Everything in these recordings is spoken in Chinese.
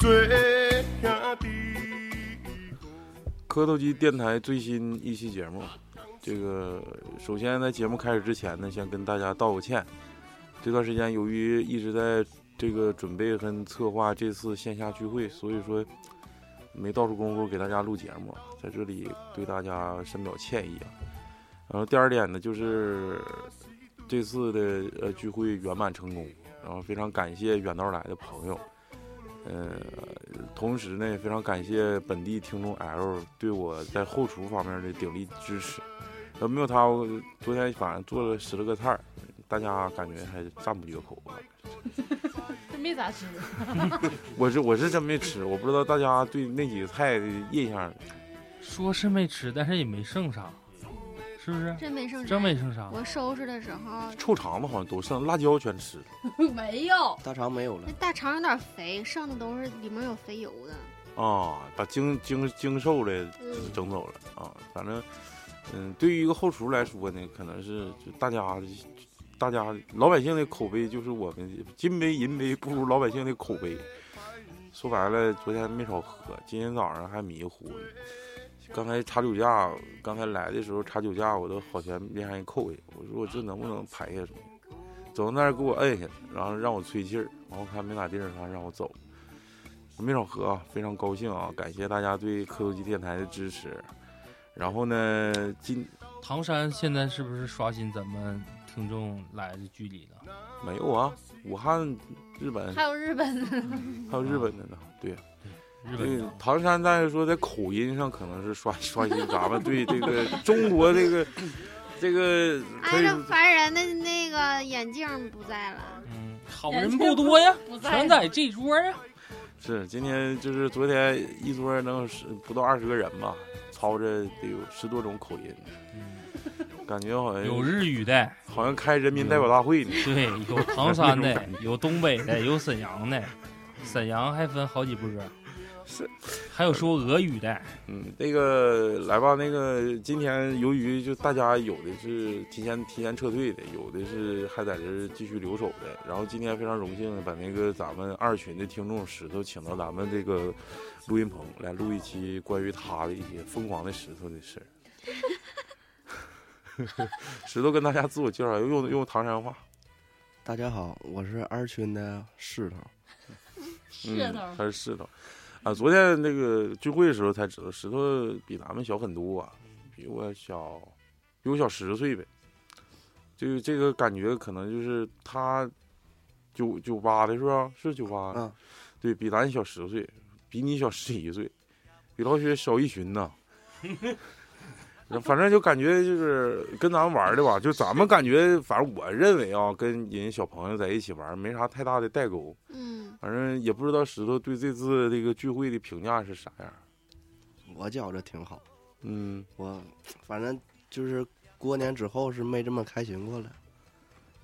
水兄弟。磕头机电台最新一期节目，这个首先在节目开始之前呢，先跟大家道个歉。这段时间由于一直在这个准备和策划这次线下聚会，所以说没到出功夫给大家录节目，在这里对大家深表歉意啊。然后第二点呢，就是这次的呃聚会圆满成功，然后非常感谢远道来的朋友，呃，同时呢，也非常感谢本地听众 L 对我在后厨方面的鼎力支持。要没有他，我昨天晚上做了十来个菜儿，大家感觉还赞不绝口啊。这没咋吃，我是我是真没吃，我不知道大家对那几个菜的印象。说是没吃，但是也没剩啥，是不是？真没剩啥真没剩啥。我收拾的时候，臭肠子好像都剩，辣椒全吃了。 没有。大肠没有了那，大肠有点肥，剩的都是里面有肥油的。啊，把精精精瘦的嗯整走了啊。反正，嗯，对于一个后厨来说呢，可能是就大家大家老百姓的口碑，就是我们金杯银杯不如老百姓的口碑。说白了，昨天没少喝，今天早上还迷糊呢。刚才查酒驾，刚才来的时候查酒驾，我都好悬没让人扣下。我说我这能不能排下去？走到那儿给我摁下去，然后让我吹气儿，然后看没咋地儿，他让我走。我没少喝啊，非常高兴啊！感谢大家对磕头机电台的支持。然后呢，今唐山现在是不是刷新咱们听众来的距离了？没有啊，武汉、日本还有日本的，还有日本的呢。对，日因本为的唐山，但是说在口音上可能是刷刷新咱们对这个中国这个这个可挨以着烦人的那个眼镜不在了，嗯，好人不多呀，不在全在这桌呀。是今天就是昨天一桌能有十不到二十个人吧，操着得有十多种口音，嗯感觉好有像日语的，好像开人民代表大会呢。对，有唐 山的，有东北的，有沈阳的，沈阳还分好几波， 是，还有说俄语的，嗯，那个来吧，那个今天由于就大家有的是提前提前撤退的，有的是还在这儿继续留守的。然后今天非常荣幸地把那个咱们二群的听众石头请到咱们这个录音棚来录一期关于他的一些疯狂的石头的事儿。石头跟大家自我介绍，用用唐山话。大家好，我是二群的势头，是的嗯，他是石头。啊，昨天那个聚会的时候才知道，石头比咱们小很多啊，比我小，比我小十岁呗。就这个感觉，可能就是他九九八的是吧？是九八、嗯对比咱小十岁，比你小十一岁，比老雪少一旬呐。反正就感觉就是跟咱们玩的吧，就咱们感觉，反正我认为啊，跟人小朋友在一起玩没啥太大的代沟。嗯，反正也不知道石头对这次这个聚会的评价是啥样。我觉着挺好，嗯，我反正就是过年之后是没这么开心过了，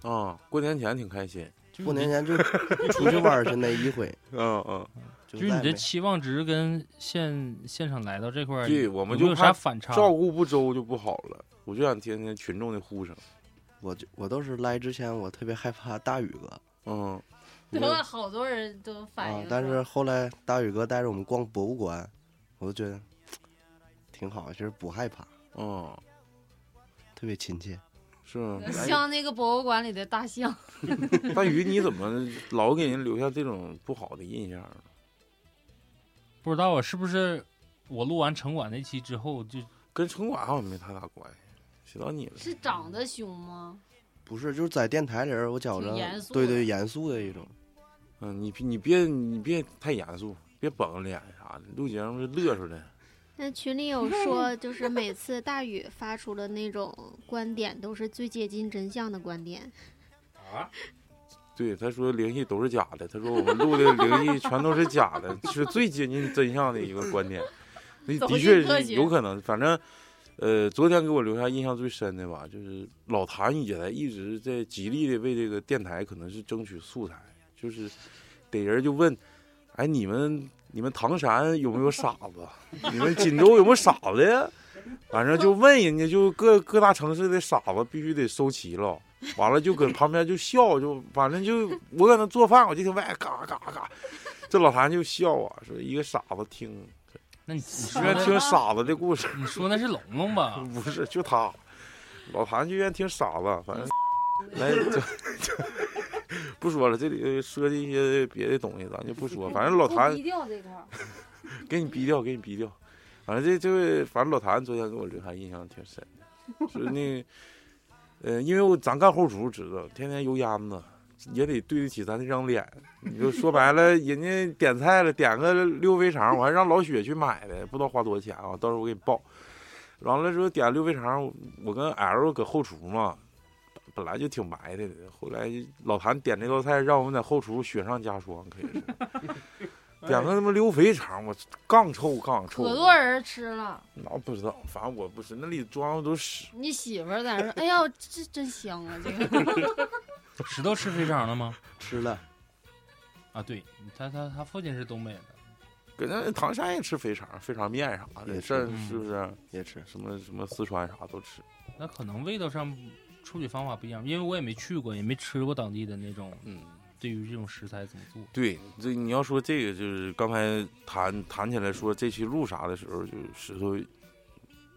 啊，过年前挺开心。就过你年前 就出去玩儿去那一回，嗯嗯，就就是你再这没期望值跟现现场来到这块儿，对我们有没就有怕啥反差？照顾不周就不好了。我就想听听群众的呼声。我就我都是来之前我特别害怕大宇哥，嗯，得我了好多人都反啊映，，但是后来大宇哥带着我们逛博物馆，我就觉得挺好，就是不害怕，嗯，特别亲切。是吗？像那个博物馆里的 大象，哎大鱼，你怎么老给人留下这种不好的印象呢？不知道啊，是不是我录完城管那期之后就跟城管好像没太大关系。谁到你了？是长得凶吗？不是，就是在电台里儿，我觉挺着严肃对的对严肃的一 种，嗯，你你别你别太严肃，别绷着脸啥的。录节目是乐出来。那群里 有说，就是每次大宇发出的那种观点，都是最接近真相的观点。啊？对，他说灵异都是假的，他说我们录的灵异全都是假的，是最接近真相的一个观点。那走的进科确学有可能，反正，呃，昨天给我留下印象最深的吧，就是老谭也在一直在极力的为这个电台可能是争取素材，就是逮人就问，哎，你们你们唐山有没有傻子？你们锦州有没有傻子呀？反正就问人家，就各各大城市的傻子必须得收齐了。完了就搁旁边就笑，就反正就我搁那做饭，我就听外嘎嘎嘎，这老谭就笑啊，说一个傻子听，那你你就说愿的听傻子的故事，你说那是龙龙吧？ 不是就他，老谭就愿听傻子，反正来就 不说了，这里说的一些别的东西咱就不说，反正老谭低调这块儿，给你逼掉，给你逼掉。反正这这位，反正老谭昨天给我留下印象挺深的，是那，呃，因为我咱干后厨知道，天天油烟子，也得对得起咱这张脸。你就说白了，人家点菜了，点个六肥肠，我还让老雪去买的，不知道花多少钱啊，到时候我给你报。完了之后点六肥肠，我跟 L 搁后厨嘛，本来就挺埋汰的，后来老谭点这道菜，让我们在后厨雪上加霜，可以是。 点个他妈溜肥肠，我杠臭杠臭，可多人吃了。那我不知道，反正我不是那里装的都屎，你媳妇儿在那说：“哎呀，这真香啊！”这个石头吃肥肠了吗？吃了，啊，对他他他父亲是东北的，搁那唐山也吃肥肠、肥肠面啥的，也这吃嗯是不是？也吃。什么什么四川啥都吃，那可能味道上处理方法不一样，因为我也没去过，也没吃过当地的那种，嗯。对于这种食材怎么做，对，这你要说这个，就是刚才谈谈起来说这期录啥的时候，就是石头，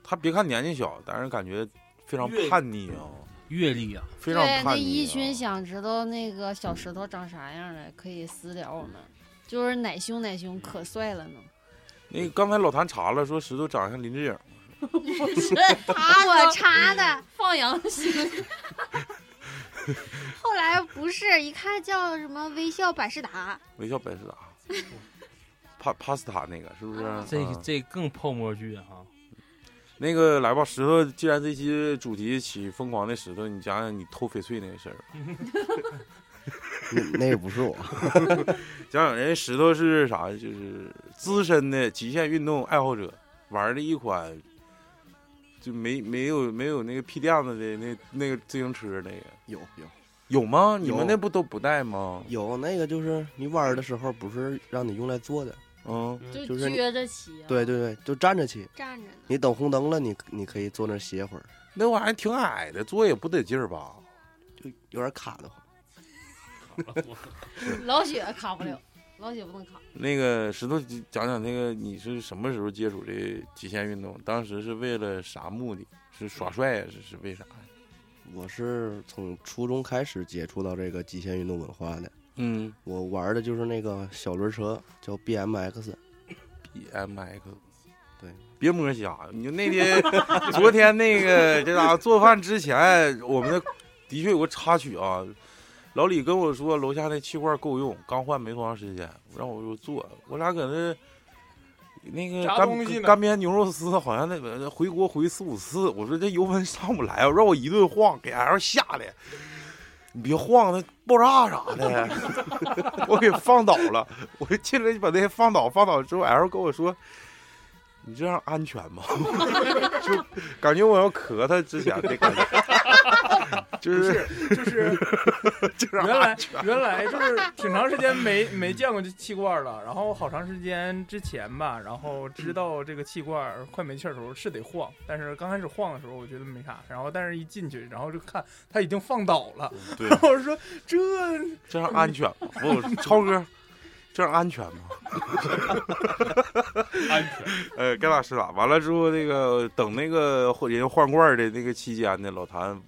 他别看年纪小，但是感觉非常越叛逆啊，阅历啊，非 对，常叛逆、啊。那一群想知道那个小石头长啥样的，可以私聊我们。就是奶凶奶凶，可帅了 呢。那个刚才老谭查了，说石头长得像林志颖，啊我查的，放羊星，后来不是一看叫什么微笑百事达，微笑百事达， 帕帕斯塔那个是不是？这啊这更泡沫剧啊哈、那个来吧，石头，既然这期主题起疯狂的石头，你讲讲你偷翡翠那个事儿吧。那那个不是我，讲讲人家石头是啥，就是资深的极限运动爱好者，玩的一款就没没有没有那个屁垫子的那那个自行车那个有有有吗？你有们那不都不带吗？有那个就是你弯儿的时候不是让你用来坐的，嗯，嗯就就是撅着骑、啊。对对对，就站着骑。站着呢。你等红灯了，你你可以坐那儿歇会儿，那玩意儿挺矮的，坐也不得劲儿吧？就有点卡的慌。老雪卡不了，老雪不能卡。那个石头，讲讲那个你是什么时候接触这极限运动？当时是为了啥目的？是耍帅呀？是是为啥呀？我是从初中开始接触到这个极限运动文化的，嗯我玩的就是那个小轮车，叫 BMX， ，BMX。对，别摸瞎。你就那天，昨天那个这家伙做饭之前，我们的的确有个插曲啊。老李跟我说楼下那气罐够用，刚换没多长时间，让我就做。我俩搁那那个炸东西干呢干煸牛肉丝，好像那个回锅回四五次。我说这油温上不来，让我一顿晃，给 L 吓的。你别晃，那爆炸啥的， 我给放倒了。我就进来就把那些放倒，放倒之后，L 跟我说：“你这样安全吗？” 就感觉我要磕他之前那感觉，就是就是就是 原安来全。原来就是挺长时间没 没见过这气罐了，然后好长时间之前吧，然后知道这个气罐快没气儿的时候是得晃，但是刚开始晃的时候我觉得没啥，然后但是一进去，然后就看它已经放倒了， 对，然后我说这这样安全吗？我超哥，这样安全吗？ 安全。呃，该咋是咋。完了之后，那个等那个换人换罐儿的那个期间呢，老谭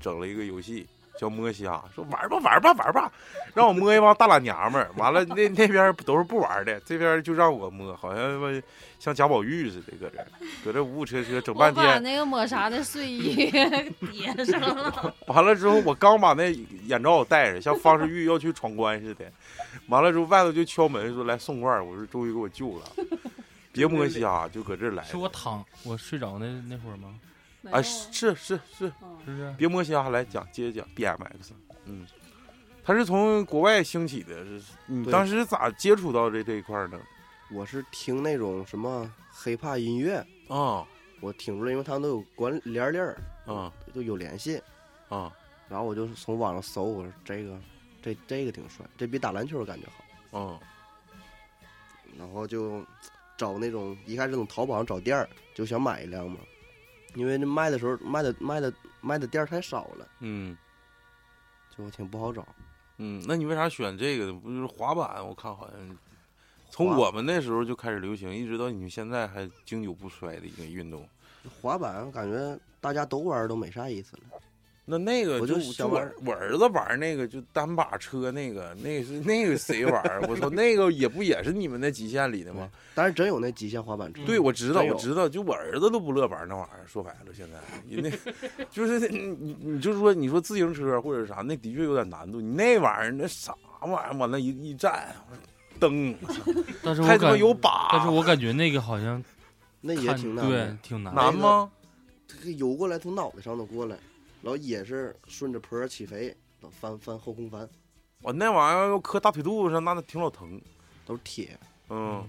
整了一个游戏叫摸虾，说玩儿吧玩儿吧玩儿吧，让我摸一帮大懒娘们儿。完了那那边都是不玩儿的，这边就让我摸，好像他妈像贾宝玉似的，搁这搁这呜呜车车整我半把天。那个 抹茶的睡衣叠上了，完了之后，我刚把那眼罩戴上，像方世玉要去闯关似的。完了之后，外头就敲门说来送罐儿，我说终于给我救了，别摸虾，就搁这儿来。是我躺我睡着那那会儿吗？啊，是是是，嗯，是不是？别摸瞎来讲，接着讲 BMX。嗯，它是从国外兴起的，是你对当时咋接触到这这一块儿呢？我是听那种什么黑怕音乐，啊我挺住了，因为他们都有关联链儿，啊就有联系。啊然后我就从网上搜，我说这个这这个挺帅，这比打篮球感觉好。啊！然后就找那种一开始从淘宝上找店儿，就想买一辆嘛，因为那卖的时候卖的卖的卖的店儿太少了，嗯就挺不好找。嗯，那你为啥选这个呢？不就是滑板？我看好像从滑我们那时候就开始流行，一直到你们现在还经久不衰的一个运动。滑板我感觉大家都玩儿都没啥意思了。那那个我就就想我玩我儿子玩那个就单把车那个，那个是那个谁玩儿？我操，那个也不也是你们那极限里的吗？但是真有那极限滑板车，对，我知道，真我有知道，就我儿子都不乐玩那玩意儿。说白了，现在那就是那你你就说你说自行车或者啥，那的确有点难度。你那玩意儿那啥玩意儿，往那一一站，蹬，但是我还他妈感，有把，但是我感觉那个好像那也看挺难对的，啊挺难的。难吗？这个游过来从脑袋上头过来，然后也是顺着坡儿起飞，翻翻后空翻，我那玩意儿要磕大腿肚子上，那那挺老疼。都是铁。嗯，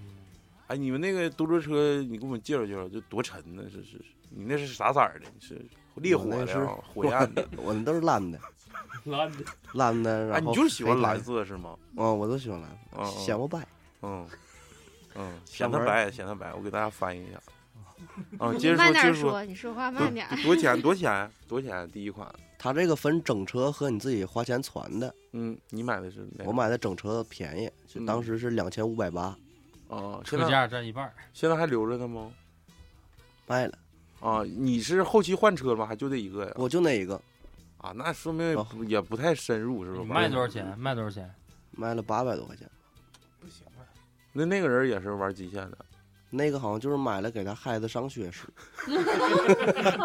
哎，你们那个嘟嘟车，你给我们介绍介绍，这多沉呢？这是你那是啥色儿的？你是烈火我那的是啊，火焰的？我那都是烂的， 烂的，烂的，哎，然你后就是喜欢黑蓝的色是吗？啊，我都喜欢蓝色，嗯，显不白。嗯嗯，显想它玩白，显它白，我给大家翻译一下。啊，你接着慢说，接着点儿，说，你说话慢点儿。多多钱？多钱？多钱？第一款，它这个分整车和你自己花钱攒的，嗯，你买的是哪个？我买的整车便宜，就嗯当时是两千五百八，啊，现车在架占一半儿，现在还留着呢吗？卖了，啊，你是后期换车吗？还就这一个呀？我就那一个，啊，那说明也哦不也不太深入，是吧？你卖多少钱？？卖多少钱？卖了八百多块钱。不行了，那那个人也是玩极限的，那个好像就是买了给他孩子上学使，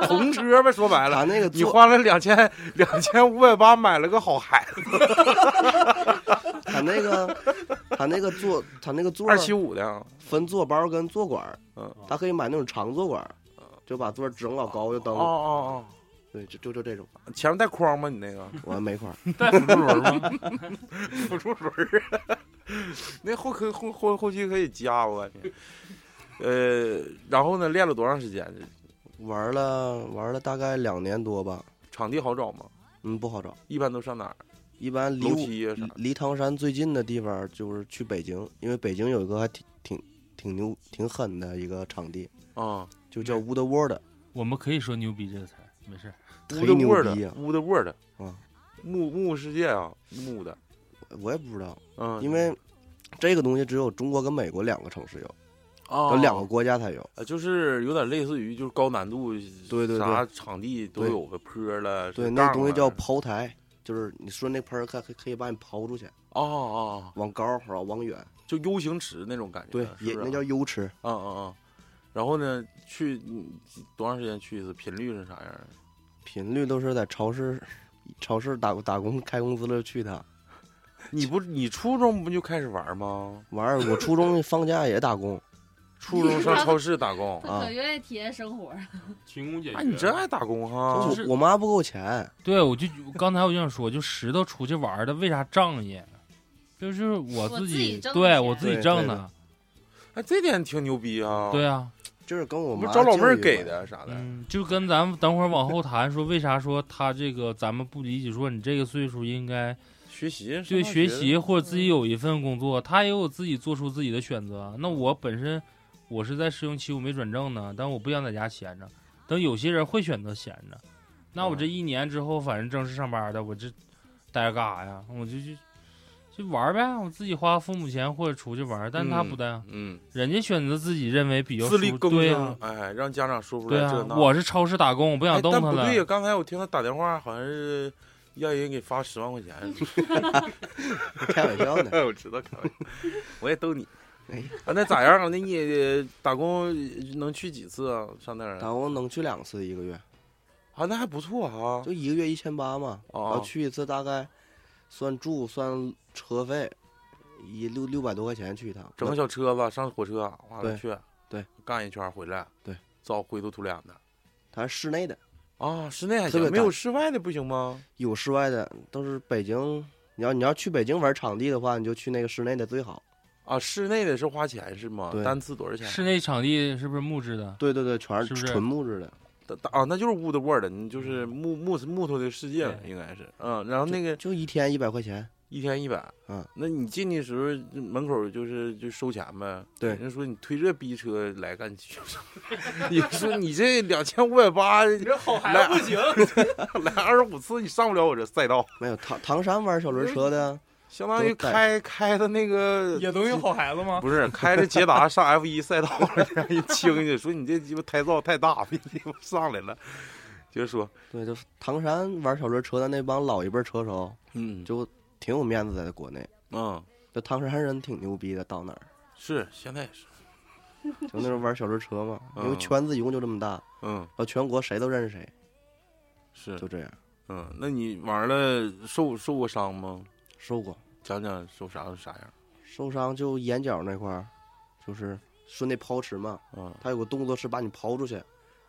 红车呗，说白了 他。那个你坐，花了两千两千五百八买了个好孩子，他那个，他那个座，他那个座二七五的啊，分坐包跟坐管儿，嗯，他可以买那种长坐管儿，就把座整老高就哦蹬，哦对，就就就这种，哦，前面带框吗？你那个我没法儿。带辅助轮吗？ 辅助轮儿，啊 那后可后后后期可以加，我感觉。呃，然后呢，练了多长时间？玩了玩了大概两年多吧，场地好找吗？嗯，不好找，一般都上哪儿？一般离楼我梯啊啥离？离唐山最近的地方就是去北京，因为北京有一个还挺挺挺牛、挺狠的一个场地，啊，就叫 Woodward，我们可以说牛逼这个词儿，没事儿。乌的忒沃牛的逼啊，！乌的沃的啊，木木世界啊，木的，我也不知道，嗯，因为这个东西只有中国跟美国两个城市有，有有两个国家才有。哦呃，就是有点类似于就是高难度，对对啥场地都对有呗，坡儿了，对，是那杠东西了叫抛台，就是你顺那盆儿看，可以可以把你抛出去，哦哦，哦往高然后往远，就 U 型池那种感觉，对，哎是也不是那叫优池，啊啊啊。然后呢，去嗯多长时间去一次？频率是啥样儿？频率都是在超市，超市打打工开工资了去它你不你初中不就开始玩吗？玩儿。我初中放假也打工，初中上超市打工他可愿意体验生活了。勤工俭哎，你真爱打工哈就我是我妈不给我钱。对，我就刚才我就想说，就石头出去玩儿的为啥仗义？就是我我自己己，挣的对钱我自己对挣对的，哎，这点挺牛逼啊！对，啊，就是跟我我妈们找老妹儿教育给有关的啥的，嗯，就跟咱们等会儿往后谈说，为啥说他这个咱们不理解，说你这个岁数应该学习对上大学学习或者嗯自己有一份工作，他也有自己做出自己的选择。那我本身我是在试用期，我没转正呢，但我不想在家闲着。等有些人会选择闲着，那嗯我这一年之后，反正正式上班的，我这待着干啥呀？我就去就玩呗，我自己花父母钱或者出去玩，但他不待，啊嗯，人家选择自己认为比较自力舒更对呀、生，哎，让家长说不出对来啊这，那。我是超市打工，我不想哎，动但他不了。对呀，刚才我听他打电话，好像是让人给发十万块钱。嗯开玩笑 呢，我知道，开玩笑， 我也逗你。哎啊，那咋样啊？那你呃打工能去几次啊？上那儿打工能去两次一个月，啊？那还不错哈、就一个月一千八嘛，哦然后去一次大概算住算车费，一六六百多块钱去一趟，整个小车子上火车，啊完了对去，对，干一圈回来，对，遭灰头土脸的它是室内的，啊。室内还特别行，没有干室外的不行吗？有室外的，都是北京。你要你要去北京玩场地的话，你就去那个室内的最好。啊，室内的是花钱是吗？对单次多少钱？室内场地是不是木质的？对对对，全是是不是纯木质的，打打啊，那就是 wood world，你就是木木木头的世界了，对应该是。嗯，然后那个嗯就一天一百块钱。一天一百，嗯，那你进去的时候门口就是就收钱呗。对人家说你推这逼车来干去， 你说你这两千五百八你这好孩来子不行， 来二十五次，你上不了我这赛道。嗯没有唐唐山玩小轮车的，相当于都开带开的那个野东有好孩子吗？不是开着捷达上 F 一赛道了， 让人清去，说你这鸡巴胎噪太大，别鸡巴上来了，就说对，就唐山玩小轮车的那帮老一辈车手，嗯就就挺有面子的，在国内，嗯就唐山人挺牛逼的，到哪儿是现在也是就那种玩小轮车嘛，因为嗯圈子一共就这么大，然嗯后全国谁都认识谁，是就这样。嗯，那你玩了受受过伤吗？受过讲讲受啥啥样？受伤就眼角那块儿，就是说那抛掷嘛，嗯它有个动作是把你抛出去，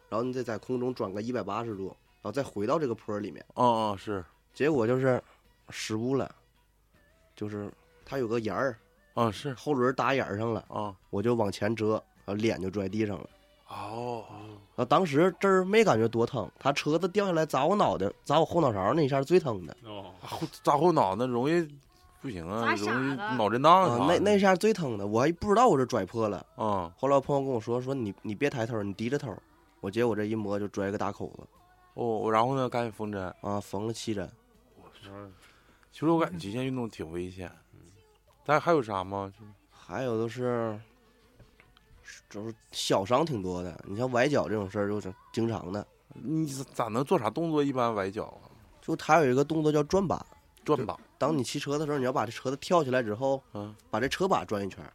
然后你得在空中转个一百八十度，然后再回到这个坡里面。哦嗯哦是结果就是失误了，就是它有个沿儿，哦是后轮打沿儿上了，哦我就往前折，然后脸就拽地上了。哦然后当时这儿没感觉多疼，他车子掉下来砸我脑袋，砸我后脑勺那一下是最疼的，哦，后砸后脑那容易不行啊，砸傻容易了脑震荡啊啥、的、那那下最疼的，我还不知道我这拽破了。啊后来我朋友跟我说，说你你别抬头，你低着头。我结果这一摸就拽个大口子哦，然后呢赶紧缝针。啊，缝了七针。其实我感觉极限运动挺危险。但还有啥吗？就是还有都是，就是小伤挺多的。你像崴脚这种事儿，就是经常的。你咋咋能做啥动作？一般崴脚啊，就他有一个动作叫转把，转把当你骑车的时候，你要把这车子跳起来之后，嗯把这车把转一圈儿，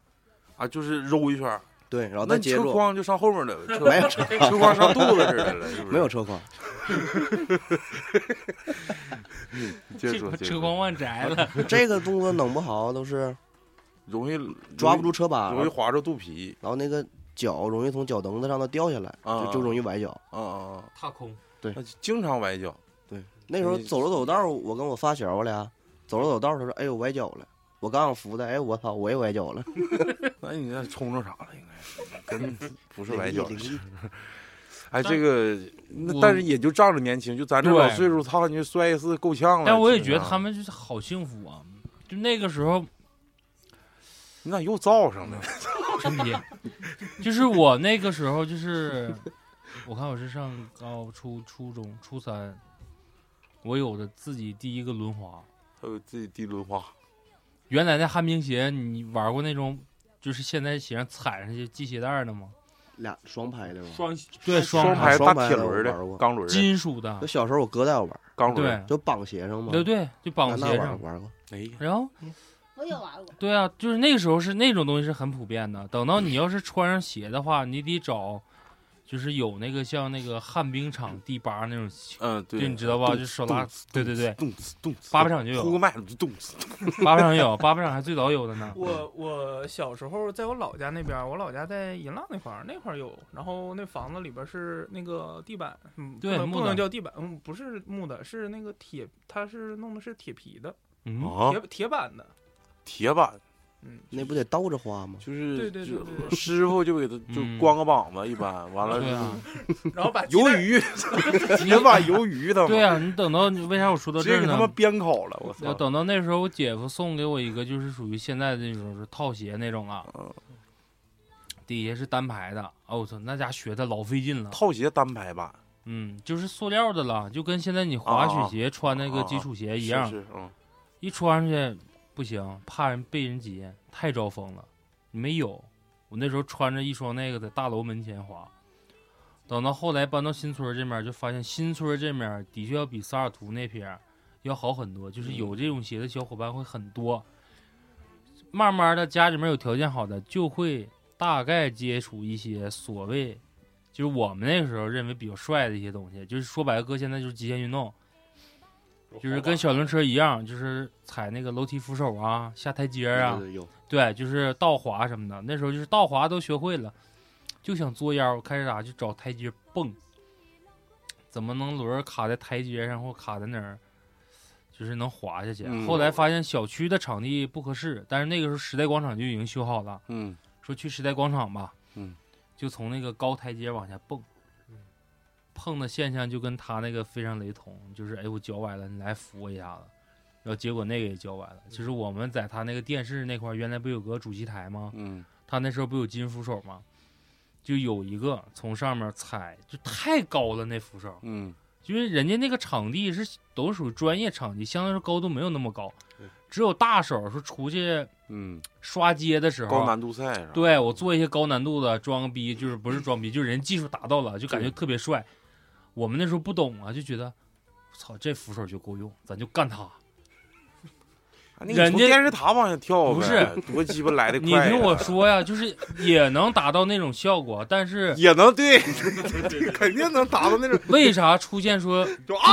啊，就是揉一圈儿，对，然后那你再哦接车住。筐就上后面了，车 没有车，车筐上肚子这儿来了，是不是？没有，车筐，接着说，接着车说筐忘摘 了，这个动作弄不好都是容易抓不住，车把，容易划着肚皮。然后那个脚容易从脚蹬子上头掉下来，啊就就容易崴脚。啊啊啊！踏空，那经常崴脚，对，那时候你走着走道儿，我跟我发小我俩走着走道儿，他说：“哎呦，崴脚了。”我刚想扶他，哎，我操，我也崴脚了。那你那冲着啥了？应该是跟不是 崴脚 的灵异事灵异儿。哎，这个，那我但是也就仗着年轻，就咱这对老岁数，操，你就摔一次够呛了。但我也基觉本得上他，们就是好幸福啊！就那个时候，你咋又造上了？真别，就是我那个时候就是，我看我是上高初初中初三，我有的自己第一个轮滑。还有自己地轮滑，原来那旱冰鞋，你玩过那种，就是现在鞋上踩上去系鞋带的吗？俩双拍的嘛，对，双排排大双排铁的轮儿我玩的过钢轮儿的金属的就，小时候我哥带我玩儿，钢轮儿对的。就绑鞋上嘛，对对，就绑那鞋玩儿上。玩过。哎呀，然后我也玩过，对啊，就是那个时候是那种东西是很普遍的。等到你要是穿上鞋的话，你得找，就是有那个像那个旱冰场第八那种，嗯，就对，你知道吧？动就手拉动，对对对，动次动次，八百场就有呼个麦子动次，八百场有，八百场还最早有的呢。我我小时候在我老家那边儿，我老家在银浪那块儿，那块儿有，然后那房子里边儿是那个地板，嗯，对不能木不的能叫地板，嗯，不是木的，是那个铁，它是弄的是铁皮的，嗯，啊铁，铁板的，铁板嗯，那不得倒着花吗？就是对对对就对对师傅就给他就嗯光个膀子，一般完了对啊，然后把鸡鱿蛋，鱼， 铁板鱿鱼他妈，对啊，你等到你为啥我说到直这接儿给呢他？们煸烤了，我操，要等到那时候，我姐夫送给我一个，就是属于现在的那种是套鞋那种啊嗯，底下是单排的。哦，我操，那家学的老费劲了。套鞋单排版嗯，就是塑料的了，就跟现在你滑哦雪鞋穿那个基础鞋哎一样，是是嗯，一穿上去不行，怕人被人截，太招风了。没有，我那时候穿着一双那个在大楼门前滑，等到后来搬到新村儿这面儿，就发现新村儿这面儿的确要比萨尔图那边儿要好很多，就是有这种鞋的小伙伴会很多。慢慢的，家里面有条件好的就会大概接触一些所谓，就是我们那个时候认为比较帅的一些东西，就是说白了，哥现在就是极限运动，就是跟小轮车一样，就是踩那个楼梯扶手啊、下台阶儿啊，对对有对，就是倒滑什么的。那时候就是倒滑都学会了，就想作妖，开始咋去找台阶蹦，怎么能轮儿卡在台阶上或卡在哪儿，就是能滑下去。啊嗯后来发现小区的场地不合适，但是那个时候时代广场就已经修好了，嗯说去时代广场吧，嗯，就从那个高台阶往下蹦。碰的现象就跟他那个非常雷同，就是哎，我脚崴了，你来扶我一下子，然后结果那个也脚崴了。就是我们在他那个电视那块儿，原来不有个主席台吗？嗯，他那时候不有金扶手吗？就有一个从上面踩，就太高了那扶手，嗯，因为人家那个场地是都属于专业场地，相对来说高度没有那么高对，只有大手是出去嗯，刷街的时候，高难度赛是吧？对我做一些高难度的装逼，就是不是装逼，就是人技术达到了，就感觉对特别帅。我们那时候不懂啊，就觉得，操，这扶手就够用，咱就干他。啊，那你人从家电视塔往下跳呗，不多鸡巴来的快你呀，听我说呀，就是也能达到那种效果，但是也能对， 肯定能达到那种为啥出 现说就啊！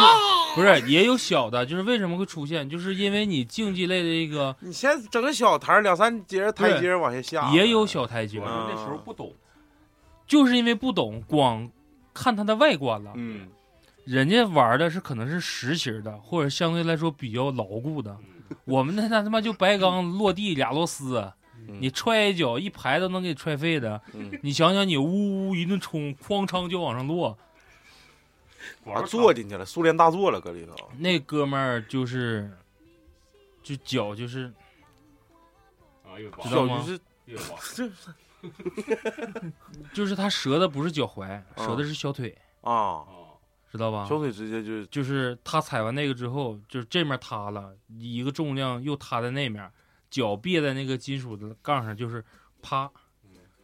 不是也有小的？就是为什么会出现？就是因为你竞技类的一个你先整个小台儿两三节台阶儿往下下，也有小台阶我嗯，说那时候不懂，就是因为不懂，光看它的外观了。嗯，人家玩的是可能是实心的，或者相对来说比较牢固的。我们那那他妈就白钢落地俩螺丝，啊嗯你踹一脚一排都能给你踹废的。嗯你想想，你呜呜一顿冲，哐当就往上落。啊我坐进去了，苏联大作了，搁里头，那哥们儿就是，就脚就是啊，又知忘小道吗鱼是又忘就是他折的不是脚踝，嗯折的是小腿，啊，啊，知道吧？小腿直接就就是他踩完那个之后，就是这面塌了，一个重量又塌在那面，脚别在那个金属的杠上，就是啪，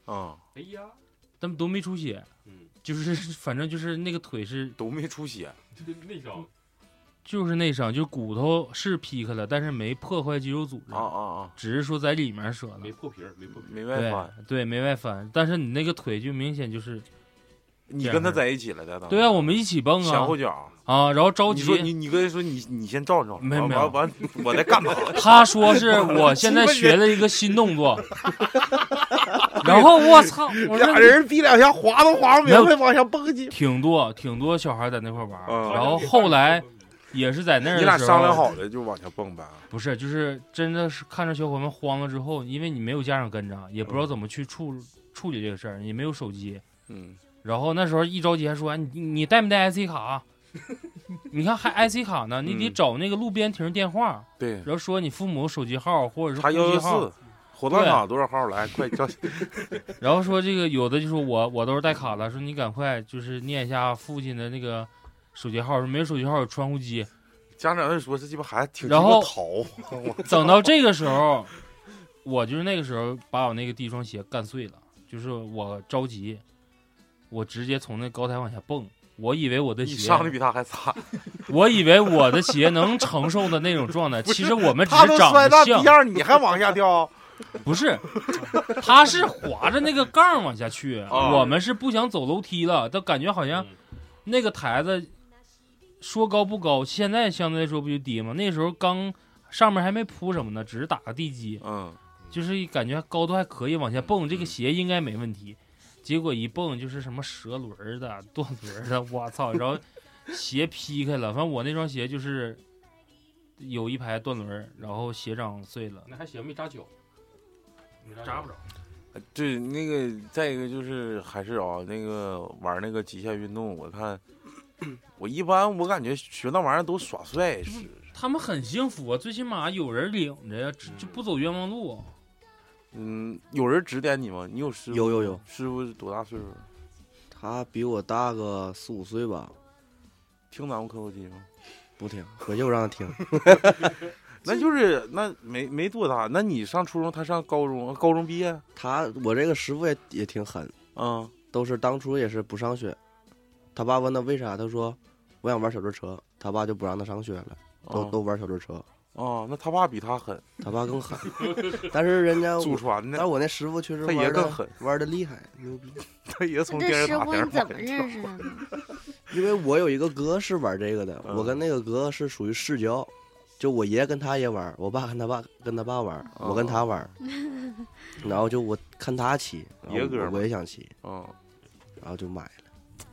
啊哎呀，但都没出血，嗯，就是反正就是那个腿是都没出血，就那种就是内伤，就是骨头是劈开了，但是没破坏肌肉组织，啊啊啊，只是说在里面折了没。破皮儿，没破皮儿，没外对翻，对，没外翻，但是你那个腿就明显就是，你跟他在一起了的，当时对啊，我们一起蹦前啊后脚，啊，然后着你急，说你你跟他说你你先照照，没完没有完完，我在干 嘛？他 说是我现在学了一个新动作，然后我操， 我说人比两下滑都滑不没往下蹦去。挺多挺多小孩在那块玩儿，嗯然后后来也是在那儿你俩的时候商量，好了就往下蹦呗。不是就是真的是看着小伙伴们慌了之后，因为你没有家长跟着，也不知道怎么去处处理这个事儿，也没有手机，嗯，然后那时候一着急还说哎你你带没带 IC 卡啊？ 你 看还 IC 卡呢，你得嗯找那个路边停电话，对，然后说你父母手机号或者是查幺户幺籍号四，火葬场多少号来？快叫！然后说这个有的就说我我都是带卡的，说你赶快就是念一下父亲的那个手机号，说没有手机号有窗户机。家长就说这鸡巴孩子挺鸡然巴后淘，等到这个时候，我就是那个时候把我那个第一双鞋干碎了，就是我着急，我直接从那高台往下蹦，我以为我的你鞋，伤的比他还惨，我以为我的鞋能承受的那种 状态，其实我们只他都是长摔到得地像，样，你还往下掉？不是，他是滑着那个杠往 下去，哦我们是不想走楼梯了，但感觉好像嗯那个台子说高不高，现在相对来说不就低吗？那时候刚上面还没铺什么呢，只是打个地基， 嗯，就是感觉高度还可以往下蹦，这个嗯鞋应该没问题。结果一蹦就是什么蛇轮儿的、 断轮儿的，我操！然后鞋劈开了，反正我那双鞋就是有一排断轮儿，然后鞋掌碎了，那还行，没扎脚，没扎扎不着，对，那个再一个就是还是啊，那个玩那个极限运动，我看我一般我感觉学那玩意儿都耍帅是。他们很幸福啊，最起码有人领着呀，只嗯就不走冤枉路。啊嗯，有人指点你吗？你有师傅？有有有，师傅是多大岁数？他比我大个四五岁吧，听咱们磕头机吗？不听，我就让他听。那就是那没没多大，那你上初中，他上高中，高中毕业，他我这个师傅也也挺狠，嗯，都是当初也是不上学。他爸问他为啥，他说我想玩小轮车，他爸就不让他上学了，都、啊都玩小轮车。啊，那他爸比他狠，他爸 更狠，但是人家祖我，传但是的，我那师傅确实他爷玩更的狠，玩的厉害，牛逼。 他爷从那电这视师塔傅边你上怎么往下认识的 呢？因为我有一个哥是玩这个的，嗯我跟那个哥是属于世交，就我爷跟他爷玩，我爸跟他爸跟他爸玩，哦我跟他玩，然后就我看他骑，然后爷哥我嘛我也想骑，嗯，然后就买了。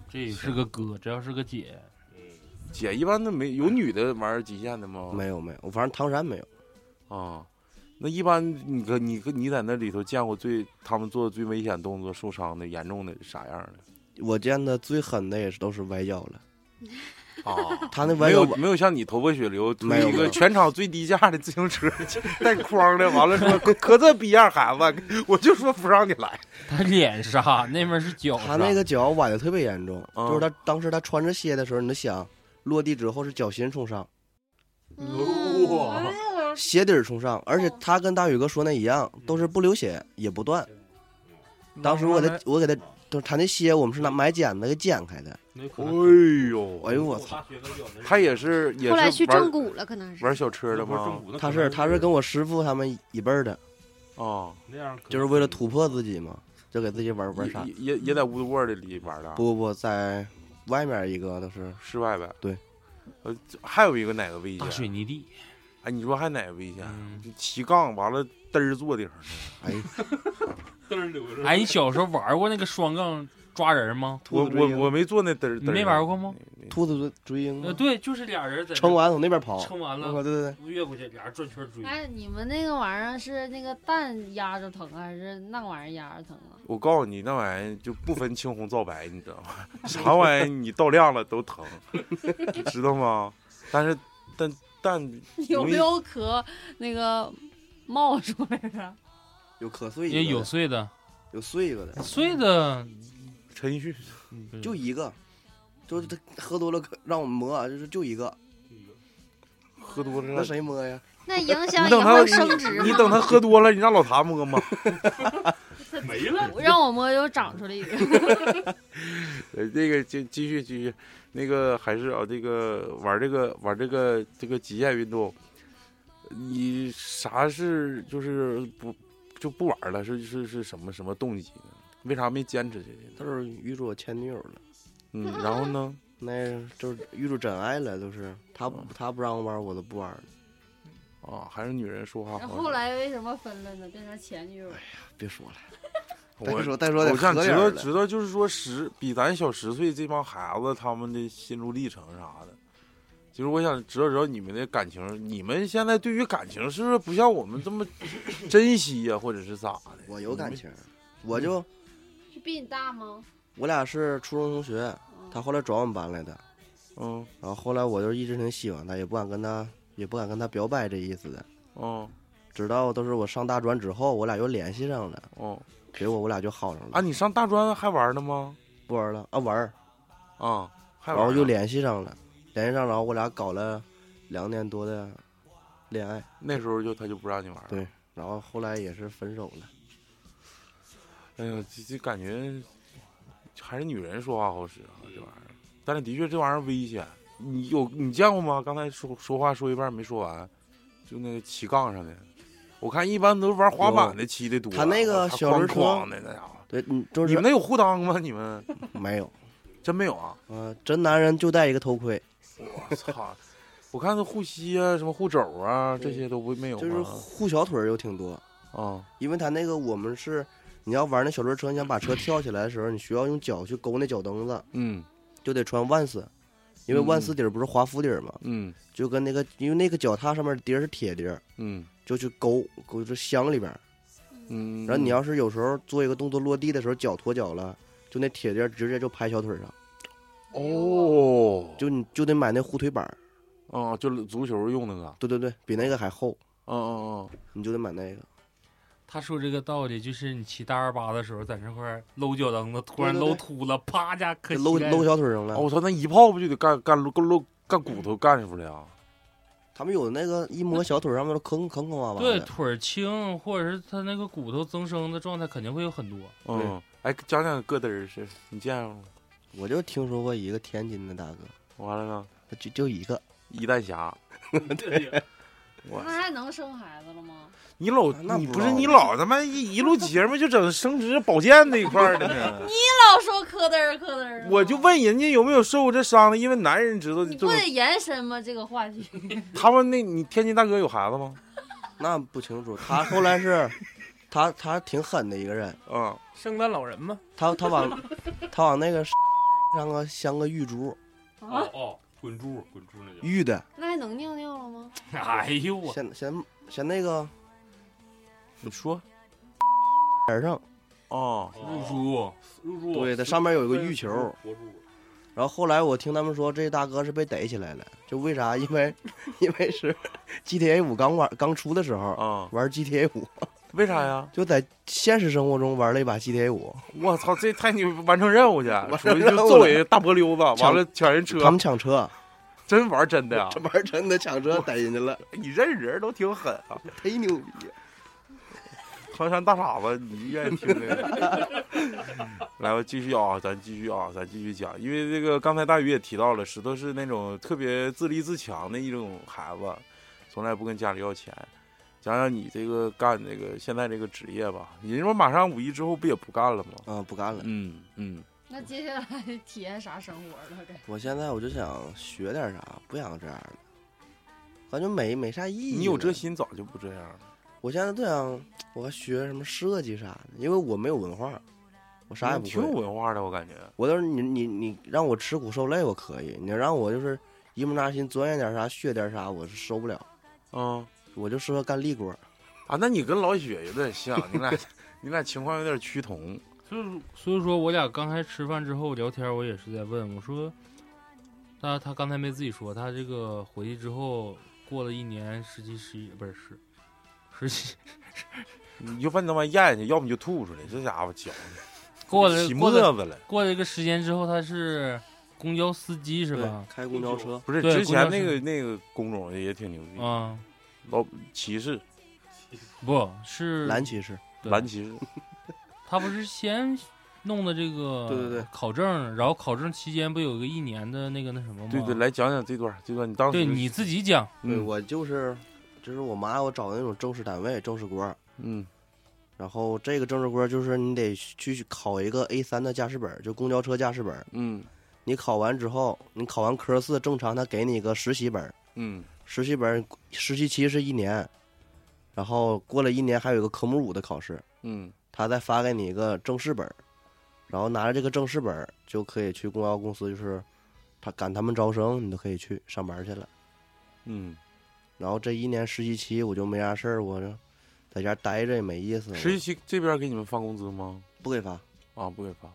这也是个哥，这要是个姐，嗯，姐一般都没有女的玩极限的吗？没有没有，我反正唐山没有，啊，那一般你搁你搁你在那里头见过最他们做的最危险动作、受伤的严重的是啥样的我见的最狠的也是都是崴脚了，啊？ 他那崴没脚有没有像你头破血流，没推有一没个有全场最低价的自行车带筐的，完了说可这逼样孩子，我就说不让你来。他脸杀， 那面是脚他杀。那个脚崴的特别严重，嗯就是他当时他穿着鞋的时候，你就想落地之后是脚心冲上，嗯哇哎呦上鞋底儿冲上，而且哦他跟大宇哥说那一样，都是不流血也不断。嗯当时我给他，我给他，就是他那鞋我们是拿买剪子给剪开的。哎哦呦，哎呦我操！！他也是也后来是去玩正骨了，可能是玩小车的吗？吗他是他是跟我师傅他们一辈儿的，啊，那样，就是为了突破自己嘛，就给自己玩玩也啥。也也在乌托沃里玩的，不不不，在外面一个都是室外呗。对，呃，还有一个哪个危大水险？泥地，哎，你说还哪个危险？嗯就骑杠完了嘚儿坐地上了，嘚儿留着。哎，你小时候玩过那个双杠抓人吗？兔我子追我鹰，我没坐那嘚儿，你没玩过吗？兔子追追鹰嗯呃，嘛，对，就是俩人在撑完从那边跑，撑完我靠了，对对对，越过去，俩人转圈嗯追。哎，你们那个玩意儿是那个蛋压着疼啊，还是那玩意儿压着疼啊？ 我告诉你，那玩意儿就不分青红皂白，你知道吗？ 啥玩意儿你到量了都疼， 你知道吗？但是但但有容易没有壳那个冒出来的？有磕碎一个也的，有碎的，有碎一个的，碎的嗯陈奕迅嗯就一个，就是他喝多了可让我们摸，啊就是就一个，喝多了那让，谁摸呀？那影响你以等他后升值你吗？等他喝多了，你让老谭摸吗？没了， 让我摸又长出来一个。 呃，这个继继续继续，那个还是啊，这个玩这个玩这个这个极限运动，你啥是就是不就不玩了？是是是什么什么动机呢？为啥没坚持下去呢？他是遇着我前女友了。嗯，然后呢？那就是遇着真爱了，都是他嗯不他不让我玩，我都不玩了。啊，还是女人说话好然使。后后来为什么分了呢？变成前女友哎了。别说了，再我说再说得我想合知点道儿知了。道，就是说十比咱小十岁这帮孩子他们的心路历程啥的。其实我想知道知道你们的感情，你们现在对于感情是不是不像我们这么珍惜呀、或者是咋的？我有感情，我嗯就是比你大吗？我俩是初中同学，他后来转我们班来的，嗯，然后后来我就一直挺喜欢他，也不敢跟他也不敢跟他表白这意思的。哦直到都是我上大专之后，我俩又联系上了，哦结果我俩就好上了。啊！你上大专还玩呢吗？不玩了啊玩儿，啊，还然玩后呢？又联系上了，联系上然后我俩搞了两年多的恋爱，那时候就他就不让你玩了。对然后后来也是分手了。哎呀，这这感觉还是女人说话好使啊，这玩意儿。但是的确这玩意儿危险，你有你见过吗？刚才说说话说一半没说完，就那个骑杠上的，我看一般都玩滑板的骑的多。啊他那个小人轮车哐哐的那家伙，对，嗯，就你是们那有护裆吗？你们没有。真没有啊？ 啊，真男人就戴一个头盔，我操！我看那护膝啊，什么护肘啊，这对些都不没有就是吗？护小腿儿有挺多，啊，因为他那个我们是，你要玩那小轮车，你想把车跳起来的时候，你需要用脚去勾那脚蹬子，嗯就得穿万斯，因为万斯底儿不是滑浮底儿嘛，嗯就跟那个因为那个脚踏上面底儿是铁钉儿，嗯就去勾勾这箱里边儿，嗯。然后你要是有时候做一个动作落地的时候脚脱脚了，就那铁钉儿直接就拍小腿上，哦，就你就得买那护腿板儿，啊，就是足球用那个，对对对，比那个还厚，嗯嗯嗯。你就得买那个。他说这个道理就是你骑大二八的时候，在那块儿搂脚蹬子，突然对对对搂秃了，啪家磕给膝搂盖搂小腿上了啊，我操，那一泡不就得干干干露干骨头干出来啊？他们有那个一摸小腿上面都坑坑坑洼洼对的，腿儿轻，或者是他那个骨头增生的状态肯定会有很多。嗯，哎，讲讲咯噔儿是，你见过吗？我就听说过一个天津的大哥，完了呢，他就就一个，一弹侠，我那还能生孩子 了吗？你老那你不不知是道你老他妈一一录节目就整生殖保健那一块儿的呢？ 老说磕嘚儿磕嘚儿的吗，啊我就问人家有没有受过这伤的，因为男人知道你这不种，得延伸吗？这个话题，他们那你天津大哥有孩子吗？那不清楚。他后来是，他他挺狠的一个人，嗯，圣诞老人嘛，他他往他往那个上个镶个玉珠，哦哦，滚珠滚珠那叫。玉的，那还能尿尿了吗？哎呦我，先先先那个 你说边上，哦，入珠入住对，它上面有一个玉球。嗯活住然后后来我听他们说，这大哥是被逮起来了，就为啥？因为因为是 GTA 五刚玩刚出的时候，啊、玩 GTA 五为啥呀？就在现实生活中玩了一把 GTA 五，我操，这太牛，完成任务去，完属成于任就务揍了人大波溜子，完抢了抢人车他，们抢车，真玩真的啊！这 玩意儿真的抢车逮人家了，你认人都挺狠啊！忒牛逼了！唐山大傻子，你愿意听的？ 来吧，继续啊，咱继续啊，咱继续讲。因为这个刚才大宇也提到了，石头是那种特别自立自强的一种孩子，从来不跟家里要钱。讲讲你这个干这个现在这个职业吧，你这不马上五一之后不也不干了吗？啊，不干了。嗯嗯，那接下来 体验啥生活了？该我现在我就想学点啥，不想这样了，感觉没没啥意义。你有这？心早就不这样了。我现在对啊，我还学什么设计啥的，因为我没有文化，我啥也不挺有会。文化的，我感觉。我要是你你你让我吃苦受累我可以，你让我就是一不扎心钻研点啥学点啥，我是受不了。嗯我就适合干力锅，啊，那你跟老雪有点像，你俩 你俩情况有点趋同。所以说所以说我俩刚才吃饭之后聊天，我也是在问我说，他他刚才没自己说，他这个回去之后过了一年十七十一不是十十七 你就把你他妈咽下去，要么就吐出来。这家伙嚼过了的起沫过了子了。过了一个时间之后，他是公交司机是对吧？开公交车，不是对之前那公交个那个工种也挺牛逼，啊、骑士不是蓝骑士，对蓝骑士，他不是先弄的这个对对对考证，然后考证期间不有个一年的那个那什么吗？对对，来讲讲这段，这段你当时对你自己讲，对嗯我就是，就是我妈给我找的那种正式单位正式锅，嗯然后这个正式锅就是你得去考一个 A 三的驾驶本儿，就公交车驾驶本儿。嗯你考完之后，你考完科四，正常他给你一个实习本儿，嗯实习本儿实习期是一年，然后过了一年还有一个科目五的考试，嗯他再发给你一个正式本儿，然后拿着这个正式本儿就可以去公交公司，就是他赶他们招生，你都可以去上班去了。嗯，然后这一年实习期我就没啥事儿，我就在家待着也没意思，实习期这边给你们发工资吗？不给发，啊，不给发。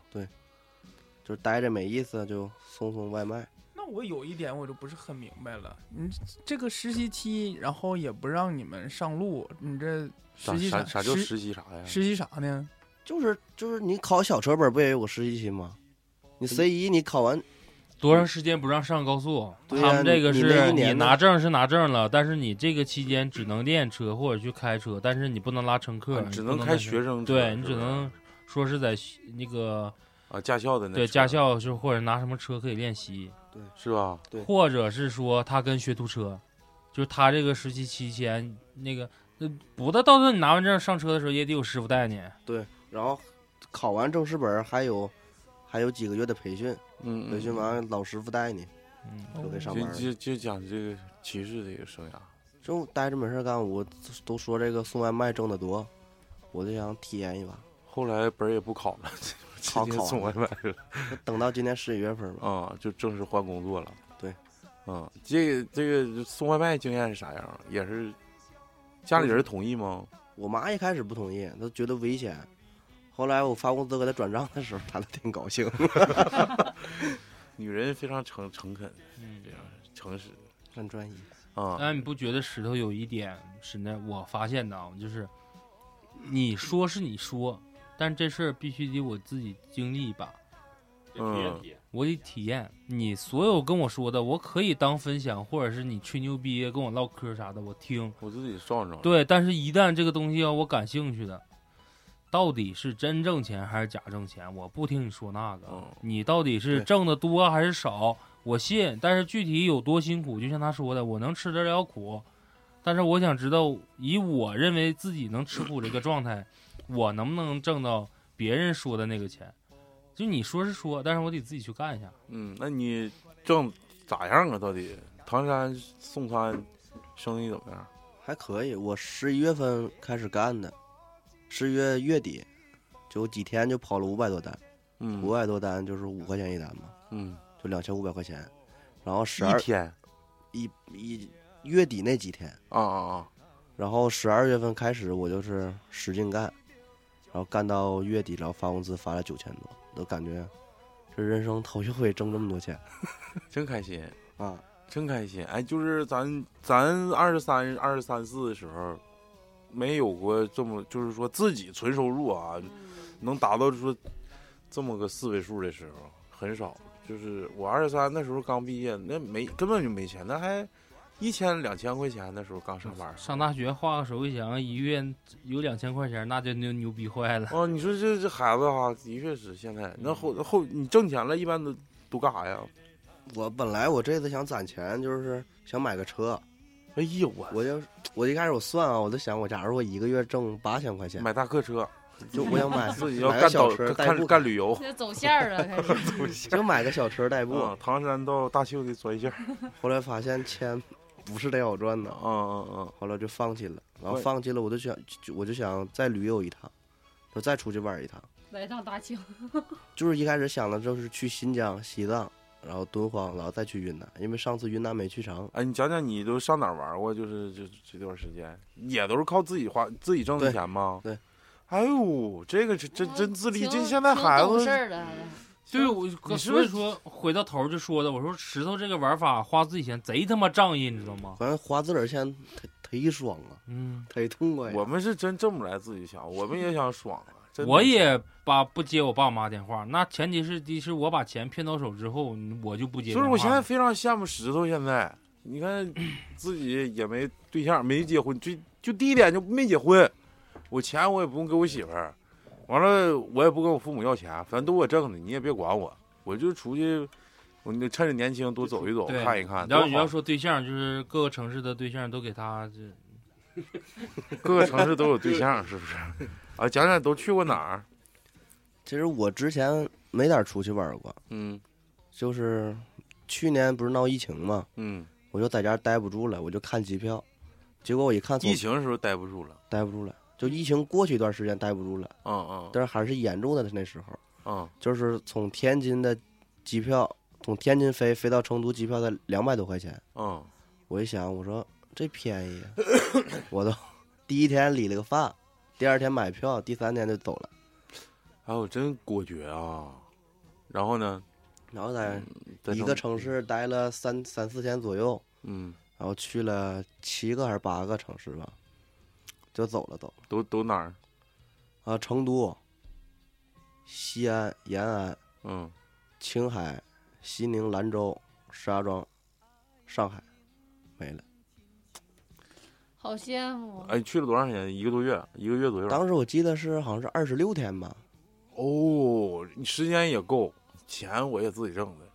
就是待着没意思，就送送外卖。那我有一点我就不是很明白了，你这个实习期，然后也不让你们上路，你这啥实习啥啥叫实实习啥呀？实习啥呢？就是就是你考小车本儿不也有个实习期吗？你 C 一你考完多长时间不让上高速？嗯对呀他们这个你你那是一年呢拿证是拿证了，但是你这个期间只能练车或者去开车，但是你不能拉乘客，啊你只不能开在学。生车，对是你不只是能说是在那个啊驾校的那对车驾校就或者拿什么车可以练习，是吧？对或者是说他跟学徒车，就是他这个实习期间那个，呃不到到时候你拿完证上车的时候也得有师傅带你。然后考完正式本儿还有还有几个月的培训，嗯，嗯培训完老师傅带你嗯，就可以上班就了。就就讲这个骑士这个生涯。就待着没事儿干，我都说这个送外卖挣得多，我就想体验一把。后来本儿也不考了，考直接考送外卖了。那等到今年十一月份吧，啊、就正式换工作了。对，嗯，这个这个送外卖经验是啥样？也是家里人同意吗？我妈一开始不同意，她觉得危险。后来我发工资给她转账的时候，她都挺 高兴。女人非常诚诚恳，嗯这样诚实很专一，啊。但你不觉得石头有一点是那我发现的啊，就是你说是你说，但这事儿必须得我自己经历一把，嗯别提，我得体验。你所有跟我说的，我可以当分享，或者是你吹牛逼跟我唠嗑啥的，我听。我自己撞上了。对，但是一旦这个东西要我感兴趣的，到底是真挣钱还是假挣钱，我不听你说那个。嗯你到底是对挣的多还是少，我信。但是具体有多辛苦，就像他说的，我能吃得了苦，但是我想知道，以我认为自己能吃苦这个状态， 我能不能挣到别人说的那个钱？就你说是说，但是我得自己去干一下。嗯，那你挣咋样啊？到底唐山送餐生意怎么样？还可以。我十一月份开始干的，十一月月底，就几天就跑了五百多单，五嗯百多单就是五块钱一单嘛，嗯，就两千五百块钱。然后十一二天一一月底那几天，啊啊啊！然后十二月份开始我就是使劲干，然后干到月底，然后发工资发了九千多，都感觉这人生头一回挣这么多钱真开心，啊！真开心。哎，就是咱咱二十三、二十三四的时候，没有过这么，就是说自己纯收入啊，能达到说这么个四位数的时候很少。就是我二十三那时候刚毕业，那没根本就没钱，那还一千两千块钱那时候刚上班。上大学画个手绘墙，一月有两千块钱，那就牛牛逼坏了。哦，你说这这孩子哈、的确是现在那后后你挣钱了，一般都都干啥呀？我本来我这次想攒钱，就是想买个车。哎呦我我就我一开始我算啊，我就想，我假如我一个月挣八千块钱，买大客车，就我想买自己要买干个小导车干代步干，干旅游，这走线儿了，开 始就买个小车代步。嗯，唐山到大庆的专线儿，后来发现钱不是太好赚的嗯，嗯嗯，后来就放弃了。然后我放弃了，我就想，就我就想再旅游一趟，就再出去玩一趟。来趟大庆。就是一开始想的就是去新疆、西藏，然后敦煌，然后再去云南，因为上次云南没去成。哎，你讲讲你都上哪儿玩过？就是这这段时间，也都是靠自己花自己挣的对钱吗？对。哎呦，这个是真真自立，嗯挺这现在孩挺懂事子儿的，对，我就你是不所是以说回到头儿就说的，我说石头这个玩法花自己钱贼他妈仗义，你知道吗？反正花自个儿钱忒忒爽啊，嗯，忒痛快呀。我们是真挣不来自己钱，我们也想爽啊。真的我也把不接我爸妈电话，那前提是第一是我把钱骗到手之后，我就不接就电是话了。我现在非常羡慕石头，现在你 看自己也没对象，没结婚，就就第一点就没结婚，我钱我也不用给我媳妇儿，完了我也不跟我父母要钱，反正都我挣的，你也别管我，我就出去，我那趁着年轻多走一走，对看一看。然多后你要好说对象，就是各个城市的对象都给他这各个城市都有对象，是不是？啊，讲讲都去过哪儿？其实我之前没咋出去玩过，嗯就是去年不是闹疫情嘛，嗯，我就在家待不住了，我就看机票，结果我一嗯看，疫情的时候待不住了。待不住了，就疫情过去一段时间待不住了，嗯嗯但是还是严重的那时候，嗯，就是从天津的机票，从天津飞飞到成都机票才两百多块钱，嗯我一想，我说这便宜啊， 我都第一天理了个发，第二天买票，第三天就走了，哎呦，真果决啊！然后呢，然后在在一个城，市待了三三四天左右，嗯，然后去了七个还是八个城市吧，就走了走了都都哪儿？啊，成都、西安、延安、嗯，青海、西宁、兰州、石家庄、上海，没了。好羡慕。啊哎，去了多长时间？一个多月，一个月左右。当时我记得是好像是二十六天吧，哦，你时间也够，钱我也自己挣的，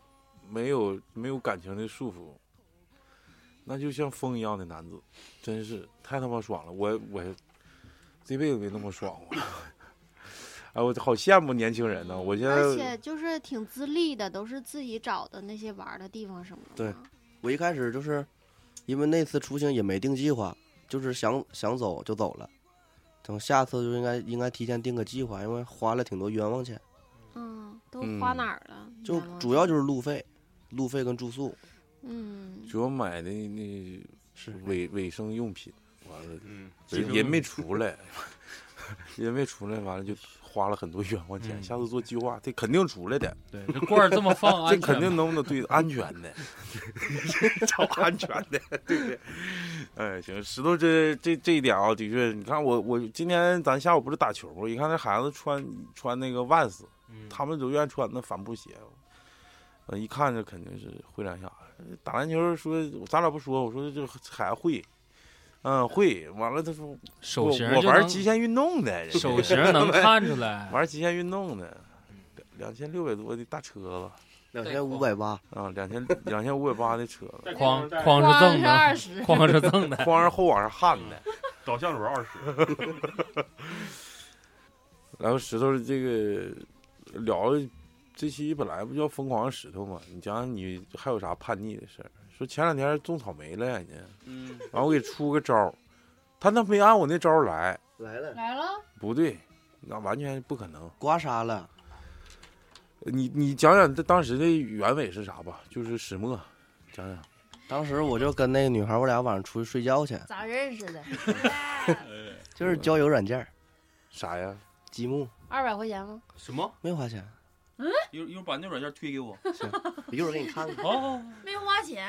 没有没有感情的束缚，那就像风一样的男子，真是太他妈爽了！我我这辈子没那么爽过。 哎，我好羡慕年轻人呢！我现而在且就是挺自立的，都是自己找的那些玩儿的地方什么的。对，我一开始就是因为那次出行也没定计划，就是想想走就走了。等下次就应该应该提前定个计划，因为花了挺多冤枉钱，嗯，都花嗯哪儿了？就冤枉主要就是路费，路费跟住宿嗯，主要买的那是卫卫生用品，完了嗯，人也没出来，人没出来，完了就花了很多冤枉钱。嗯下次做计划，这肯定出来的。对这罐儿这么放 这安全吗，肯定能不能 对安全的，找安全的，对不对？哎，行，石头这这这一点啊，的确，你看我我今天咱下午不是打球吗？一看那孩子穿穿那个 Vans，嗯他们都愿意穿那帆布鞋，呃，一看这肯定是会两下。打篮球说咱俩不说，我说这孩子会，嗯会。完了他说我手型我就玩能极限运动的，人家手型 能看出来。玩极限运动的，两千六百多的大车子。两千五百八，啊，两千两千五百八的车子，在框带框是光赠是的，二十，框是 赠的。光是后往上焊的。导嗯向主二十， 然后石头这个聊这期本来不叫疯狂石头嘛，你讲讲你还有啥叛逆的事儿？说前两天种草莓了，你嗯，完我给出个招儿，他那没按我那招儿来，来了，来了，不对，那完全不可能。刮痧了，你你讲讲这当时的原委是啥吧？就是始末，讲讲。当时我就跟那个女孩，我俩晚上出去睡觉去，咋认识的？就是交友软件儿，啥呀？积木二百块钱吗？什么？没花钱，一会儿一会儿把那软件推给我。 一会儿给你看 看，哦，没花钱，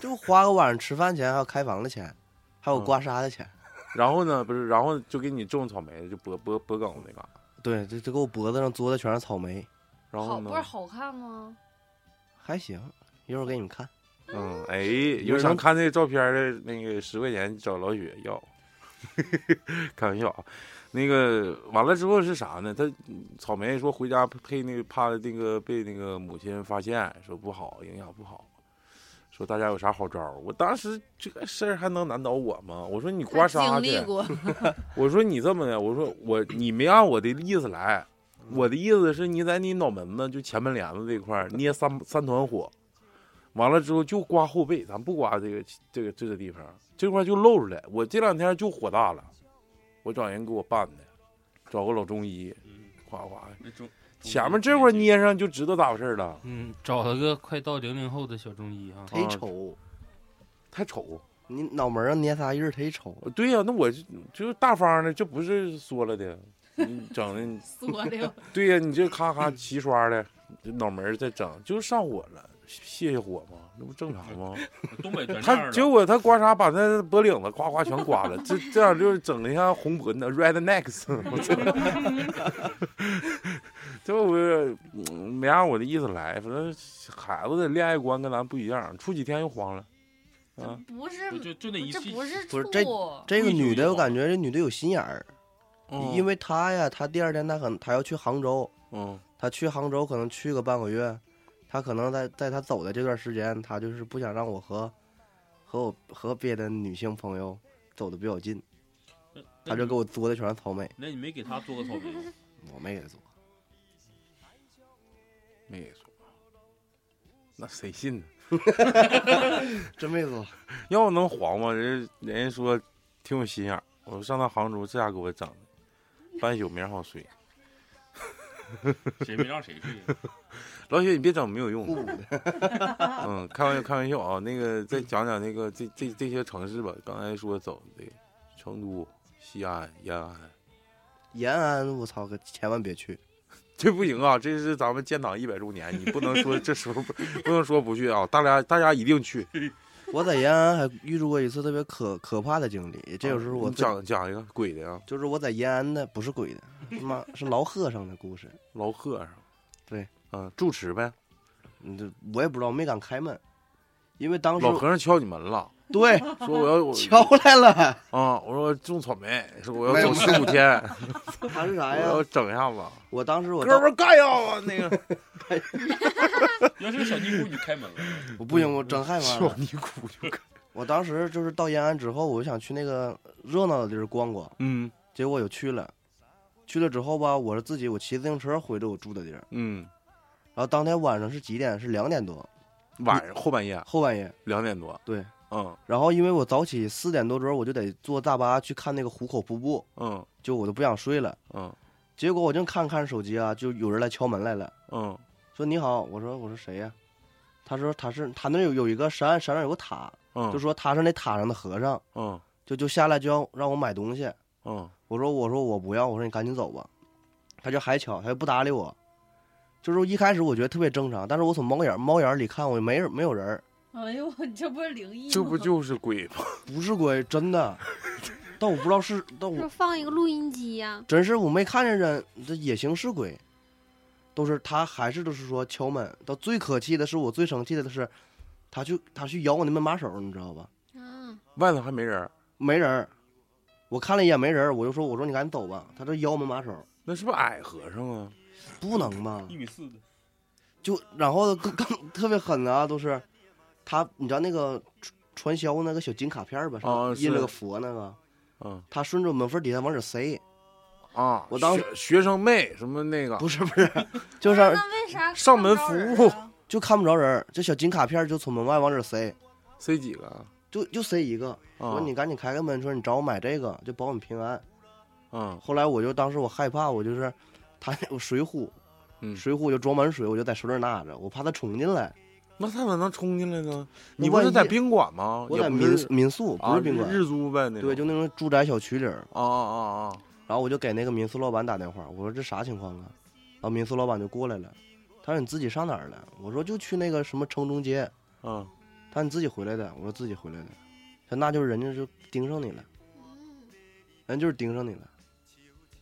就花个晚上吃饭钱，还有开房的钱，还有嗯刮痧的钱，然后呢？不是，然后就给你种草莓，就脖脖脖梗那嘎、嗯对，这这给我脖子上嘬的全是草莓，然后好呢不是，好看吗？还行，一会儿给你们看。嗯，哎，有想看这照片的那个十块钱找老雪要， 开玩笑啊。那个完了之后是啥呢？他草莓说回家配那个怕那个被那个母亲发现，说不好影响不好，说大家有啥好招儿？我当时这个事儿还能难倒我吗？我说你刮痧经去历，过，我说你这么的，我说我你没按我的意思来，我的意思是你在你脑门子就前门帘子这块儿捏三三团火，完了之后就刮后背，咱不刮这个这个这个地方，这块儿就露出来。我这两天就火大了，我找人给我办的，找个老中医，嗯夸夸，那中前面这块儿捏上就知道咋回事儿了，嗯，找了个快到零零后的小中医啊，忒丑，太丑。你脑门上捏仨印儿忒丑。对呀、那我就就是大方的，这不是说了的，你整的。缩 溜。对呀、你这咔咔齐刷的，这脑门儿再整，就是上火了，泄泄火嘛，那不正常吗？ 东北全这样他了结果他刮痧把他脖领子夸夸全刮了，这这样就是整的像红脖子 red necks，我 操！这我嗯没按我的意思来，反正孩子的恋爱观跟咱不一样，处几天又慌了，啊，不是不，就就那一这期，不是处不是，这个一举女一的，我反感觉这女的有心眼儿，因为为她呀，她第二天她可能她要去杭州，嗯她去杭州可能去个半个月，她可能在在她走的这段时间，她就是不想让我和和我和别的女性朋友走的比较近，那她就给我作的全是草莓，那你没给他做个草莓吗？我没给她做。没给做，那谁信呢？真没做，要能黄吗？人人家说挺有心眼儿。我上趟杭州，这家给我整的，半宿没好睡。谁没让谁去？老雪，你别整没有用鼓的。舞的。 嗯，开玩笑，开玩笑啊。那个，再讲讲那个这这这些城市吧。刚才说走的，成都、西安、延安， 延安，我操，可千万别去。这不行啊！这是咱们建党一百周年，你不能 说这时候不不能说不去啊！大家大家一定去。我在延安还遇着过一次特别可可怕的经历，这就是我哦啊你最讲讲一个鬼的啊，就是我在延安的，不是鬼的，他妈是老和尚的故事。老和尚。对，嗯，住持呗。嗯，这我也不知道，没敢开门，因为当时老和尚敲你门了， 对说我 要我敲来了，啊、我说种草莓，说我没要有走十五天，他是我啥呀要？整一下子。我当时我哥当们儿干呀！那个 要是个小尼姑，你开门了，我不行，我整害怕小了。尼姑就干。 我当时就是到延安之后，我就想去那个热闹的地儿逛逛，嗯结果我就去了。去了之后吧，我是自己我骑自行车回的我住的地儿，嗯，然后当天晚上是几点？是两点多，晚上后半夜后半夜。两点多。对，嗯然后因为我早起四点多钟，我就得坐大巴去看那个壶口瀑布，嗯就我都不想睡了。嗯结果我正看看手机啊，就有人来敲门来了，嗯说你好，我说我说谁呀、他说他是他那有有一个山山上有个塔，嗯，就说他是那塔上的和尚，嗯就就下来就要让我买东西，嗯我说我说我不要，我说你赶紧走吧，他就还敲，他就不搭理我，就是一开始我觉得特别正常，但是我从猫眼猫眼里看我没人没有人儿，哎呦，你这不是灵异吗？这不就是鬼吗？不是鬼，真的，但我不知道是，但我就是放一个录音机呀、真是我没看见人，这也行是鬼，都是他还是都是说敲门。到最可气的是，我最生气的是，他去他去咬我那门把手，你知道吧？啊，外头还没人儿，没人儿，我看了一眼没人儿，我就说我说你赶紧走吧。他这咬我门把手，那是不是矮和尚啊？不能吧一？米四的，就然后更更特别狠的啊，都是他，你知道那个传传销那个小金卡片儿吧？上啊面印是了个佛那个，嗯他顺着门缝底下往这塞，啊，我当时学学生妹什么那个不是不是，就是让那为啥上门看不着人服务啊？就看不着人儿，这小金卡片儿就从门外往这塞，塞几个啊？就就塞一个。啊说你赶紧开开门，说你找我买这个，就保你平安。嗯后来我就当时我害怕，我就是他有水壶，嗯，水壶我就装满水，我就在手里拿着，我怕他冲进来。那他咋能冲进来呢？那你不是万一在宾馆吗？哦我也在不民是民宿，不啊是宾馆，日租呗那种。对，就那种住宅小区里儿。啊啊啊啊！然后我就给那个民宿老板打电话，我说这啥情况啊？然后民宿老板就过来了，他说你自己上哪儿了？我说就去那个什么城中街。嗯，他说你自己回来的？我说自己回来的。他说那就是人家就盯上你了，人就是盯上你了，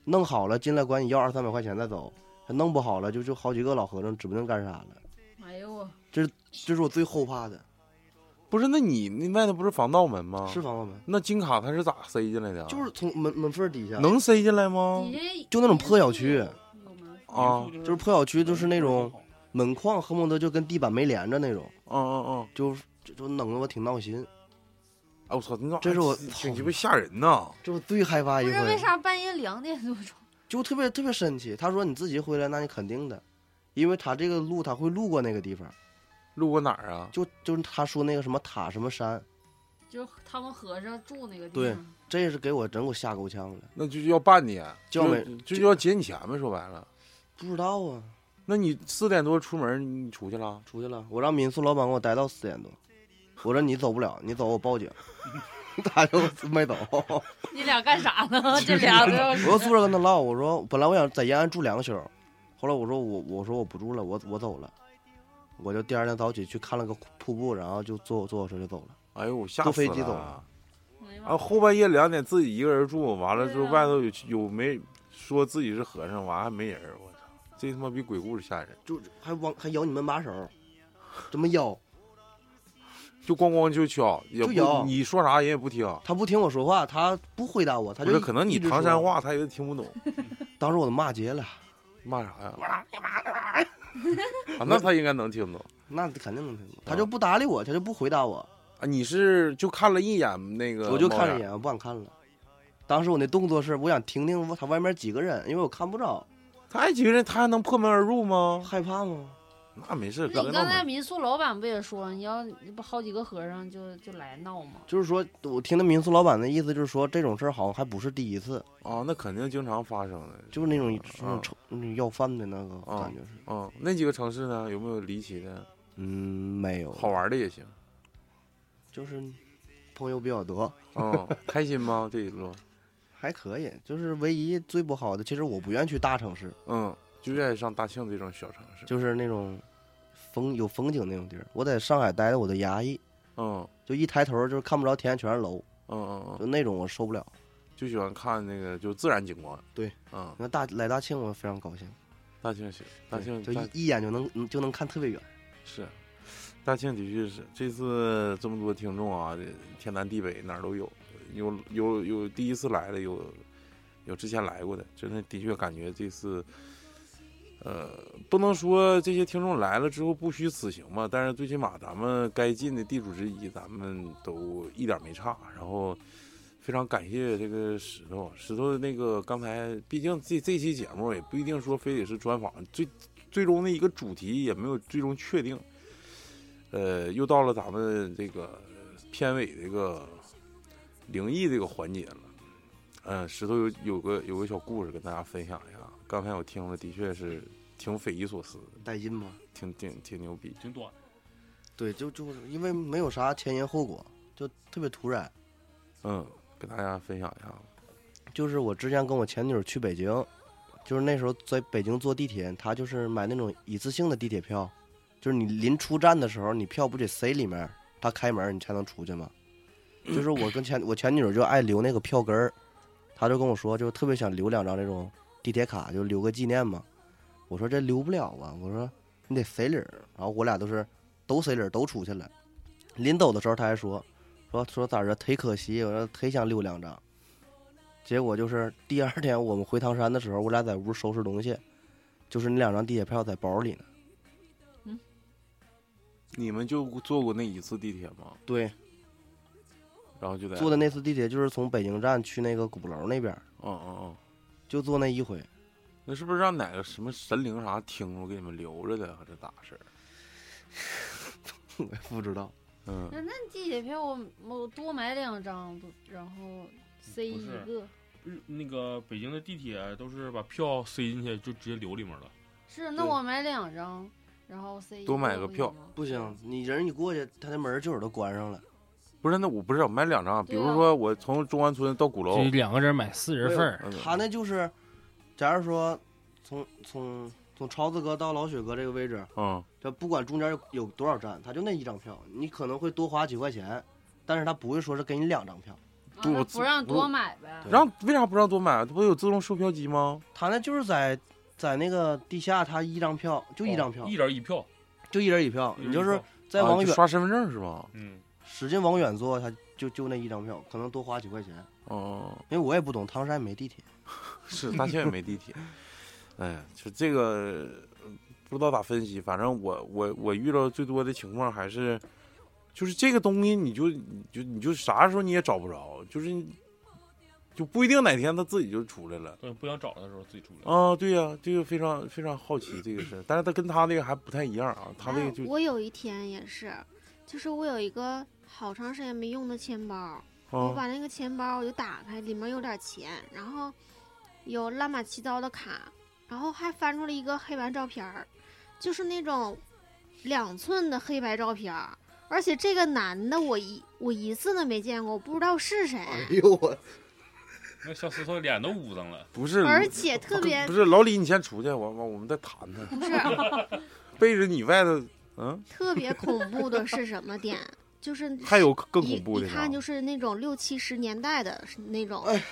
弄好了进来管你要二三百块钱再走，弄不好了就就好几个老和尚指不定干啥了。哎呦我，这是我最后怕的，不是，那你那外头不是防盗门吗？是。防盗门，那金卡它是咋塞进啊来的啊？就是从门门缝儿底下，能塞进来吗？你这哎就那种破小区，有门啊，就就是破小区，就是那种门框恨不得就跟地板没连着那种，嗯嗯嗯。就就就弄得我挺闹心。哎，我操，你咋？这是我挺鸡巴吓人呐！这我最害怕哎不一是为回，啥半夜两点多钟？就特别特别生气。他说你自己回来，那你肯定的，因为他这个路他会路过那个地方，路过哪儿啊？就就是他说那个什么塔什么山，就是他们和尚住那个地对方，这是给我真给我吓够呛了，那就要办你，啊叫没就就要劫你钱呗。说白了，不知道啊，那你四点多出门，你出去了？出去了，我让民宿老板给我待到四点多，我说你走不了，你走我报警， 他就没走。你俩干啥 呢？这俩都要我又坐着跟他唠，我说本来我想在延安住两个宿，后来我说我我说我不住了，我我走了，我就第二天早起去看了个瀑布，然后就坐坐火车就走了。哎呦，我吓坐死飞机走了了。哎呀啊，后半夜两点自己一个人住，完了之后对啊外头有有没说自己是和尚，完还没人儿，我操，这他妈比鬼故事吓人！就还往还咬你门把手，怎么咬？就咣咣就敲，也就摇不你说啥人也不听。他不听我说话，他不回答我，他不，就是可能你一直唐山说。话他也听不懂，当时我都骂街了，骂啥 呀？啊，那他应该能听懂那肯定能听懂。他就不搭理我，他就不回答我，啊。你是就看了一眼那个猫眼，我就看了一眼，我不敢看了。当时我那动作是，我想听听他外面几个人，因为我看不着，他还几个人，他还能破门而入吗？害怕吗？那没 事，那别你闹刚才门民宿老板不也说，你要不好几个和尚就就来闹吗？就是说，我听那民宿老板的意思，就是说这种事儿好像还不是第一次，啊，那肯定经常发生的。就是那种啊那种抽那种要饭的那个啊感觉是，嗯，那几个城市呢，有没有离奇的、嗯，没有，好玩的也行？就是朋友比较多，嗯，开心吗？这一路？还可以，就是唯一最不好的，其实我不愿去大城市，嗯，就愿意上大庆这种小城市。就是那种风有风景那种地儿。我在上海待的我都压抑，嗯就一抬头就是看不着天，全是楼，嗯嗯就嗯，那种我受不了。就喜欢看那个就自然景观。对，嗯，那大来大庆我非常高兴，大庆行，大对庆就大一一眼就能就能看特别远。是，大庆的确是这次这么多听众啊，这天南地北哪儿都有，有有有第一次来的，有有之前来过的，真的的确感觉这次，呃，不能说这些听众来了之后不虚此行吧，但是最起码咱们该尽的地主之谊，咱们都一点没差，然后。非常感谢这个石头，石头那个刚才，毕竟这这期节目也不一定说非得是专访，最最终的一个主题也没有最终确定。呃，又到了咱们这个片尾这个灵异这个环节了。嗯、石头有有个有个小故事跟大家分享一下。啊刚才我听了，的确是挺匪夷所思，带劲吗？挺挺挺牛逼。挺短，对，就就是因为没有啥前因后果，就特别突然。嗯，给大家分享一下。就是我之前跟我前女友去北京，就是那时候在北京坐地铁，她就是买那种一次性的地铁票，就是你临出站的时候，你票不得塞里面，她开门你才能出去吗？就是我跟前我前女友就爱留那个票根儿，她就跟我说，就特别想留两张那种地铁卡，就留个纪念嘛。我说这留不了啊，我说你得塞里儿，然后我俩都是都塞里儿都出去了。临走的时候她还说说说咋着忒可惜，我说忒想留两张。结果就是第二天我们回唐山的时候，我俩在屋收拾东西，就是那两张地铁票在包里呢。你们就坐过那一次地铁吗？对，然后就在坐的那次地铁就是从北京站去那个鼓楼那边，嗯嗯嗯，就坐那一回。那是不是让哪个什么神灵啥听着给你们留着的，还是咋事儿？ 我也不知道，嗯，那那地铁票我我多买两张不，然后塞不一是个。日那个北京的地铁都是把票塞进去就直接留里面了，是，那对我买两张，然后塞一多买个不票行吗不行，你人一过去，他那门就有都关上了。不是，那我不是我买两张，比对啊如说我从中关村到鼓楼就，两个人买四人份儿，嗯他那就是，假如说从从从超子哥到老雪哥这个位置，嗯，这不管中间有有多少站，他就那一张票，你可能会多花几块钱，但是他不会说是给你两张票，啊不那我自不让不多买呗。对让为啥不让多买？不有自动售票机吗？他那就是在在那个地下，他一张票就一张票，一人一哦票，就一人一票，一人你就一是票再往啊远就刷身份证是吧？嗯，使劲往远坐，他就就那一张票，可能多花几块钱，哦、因为我也不懂，唐山没地铁，是大庆也没地铁。哎呀，就这个呃不知道咋分析，反正我我我遇到最多的情况还是，就是这个东西你就你就你就啥时候你也找不着，就是你就不一定哪天他自己就出来了。对，不想找的时候自己出哦来。啊，对呀、这个非常非常好奇这个事儿，但是他跟他那个还不太一样啊，他那哎个就我有一天也是，就是我有一个好长时间没用的钱包，我啊把那个钱包我就打开，里面有点钱，然后有乱码七糟的卡，然后还翻出了一个黑白照片儿，就是那种两寸的黑白照片儿，而且这个男的我一我一次都没见过，我不知道是谁，哎啊呦我，那小石头脸都捂上了，不是，而且特别不是老李，你先出去，我我我们再谈谈，不是。啊 背着你外头，嗯，特别恐怖的是什么点？ 就是还有更一恐怖的一啥看，就是那种六七十年代的那种哎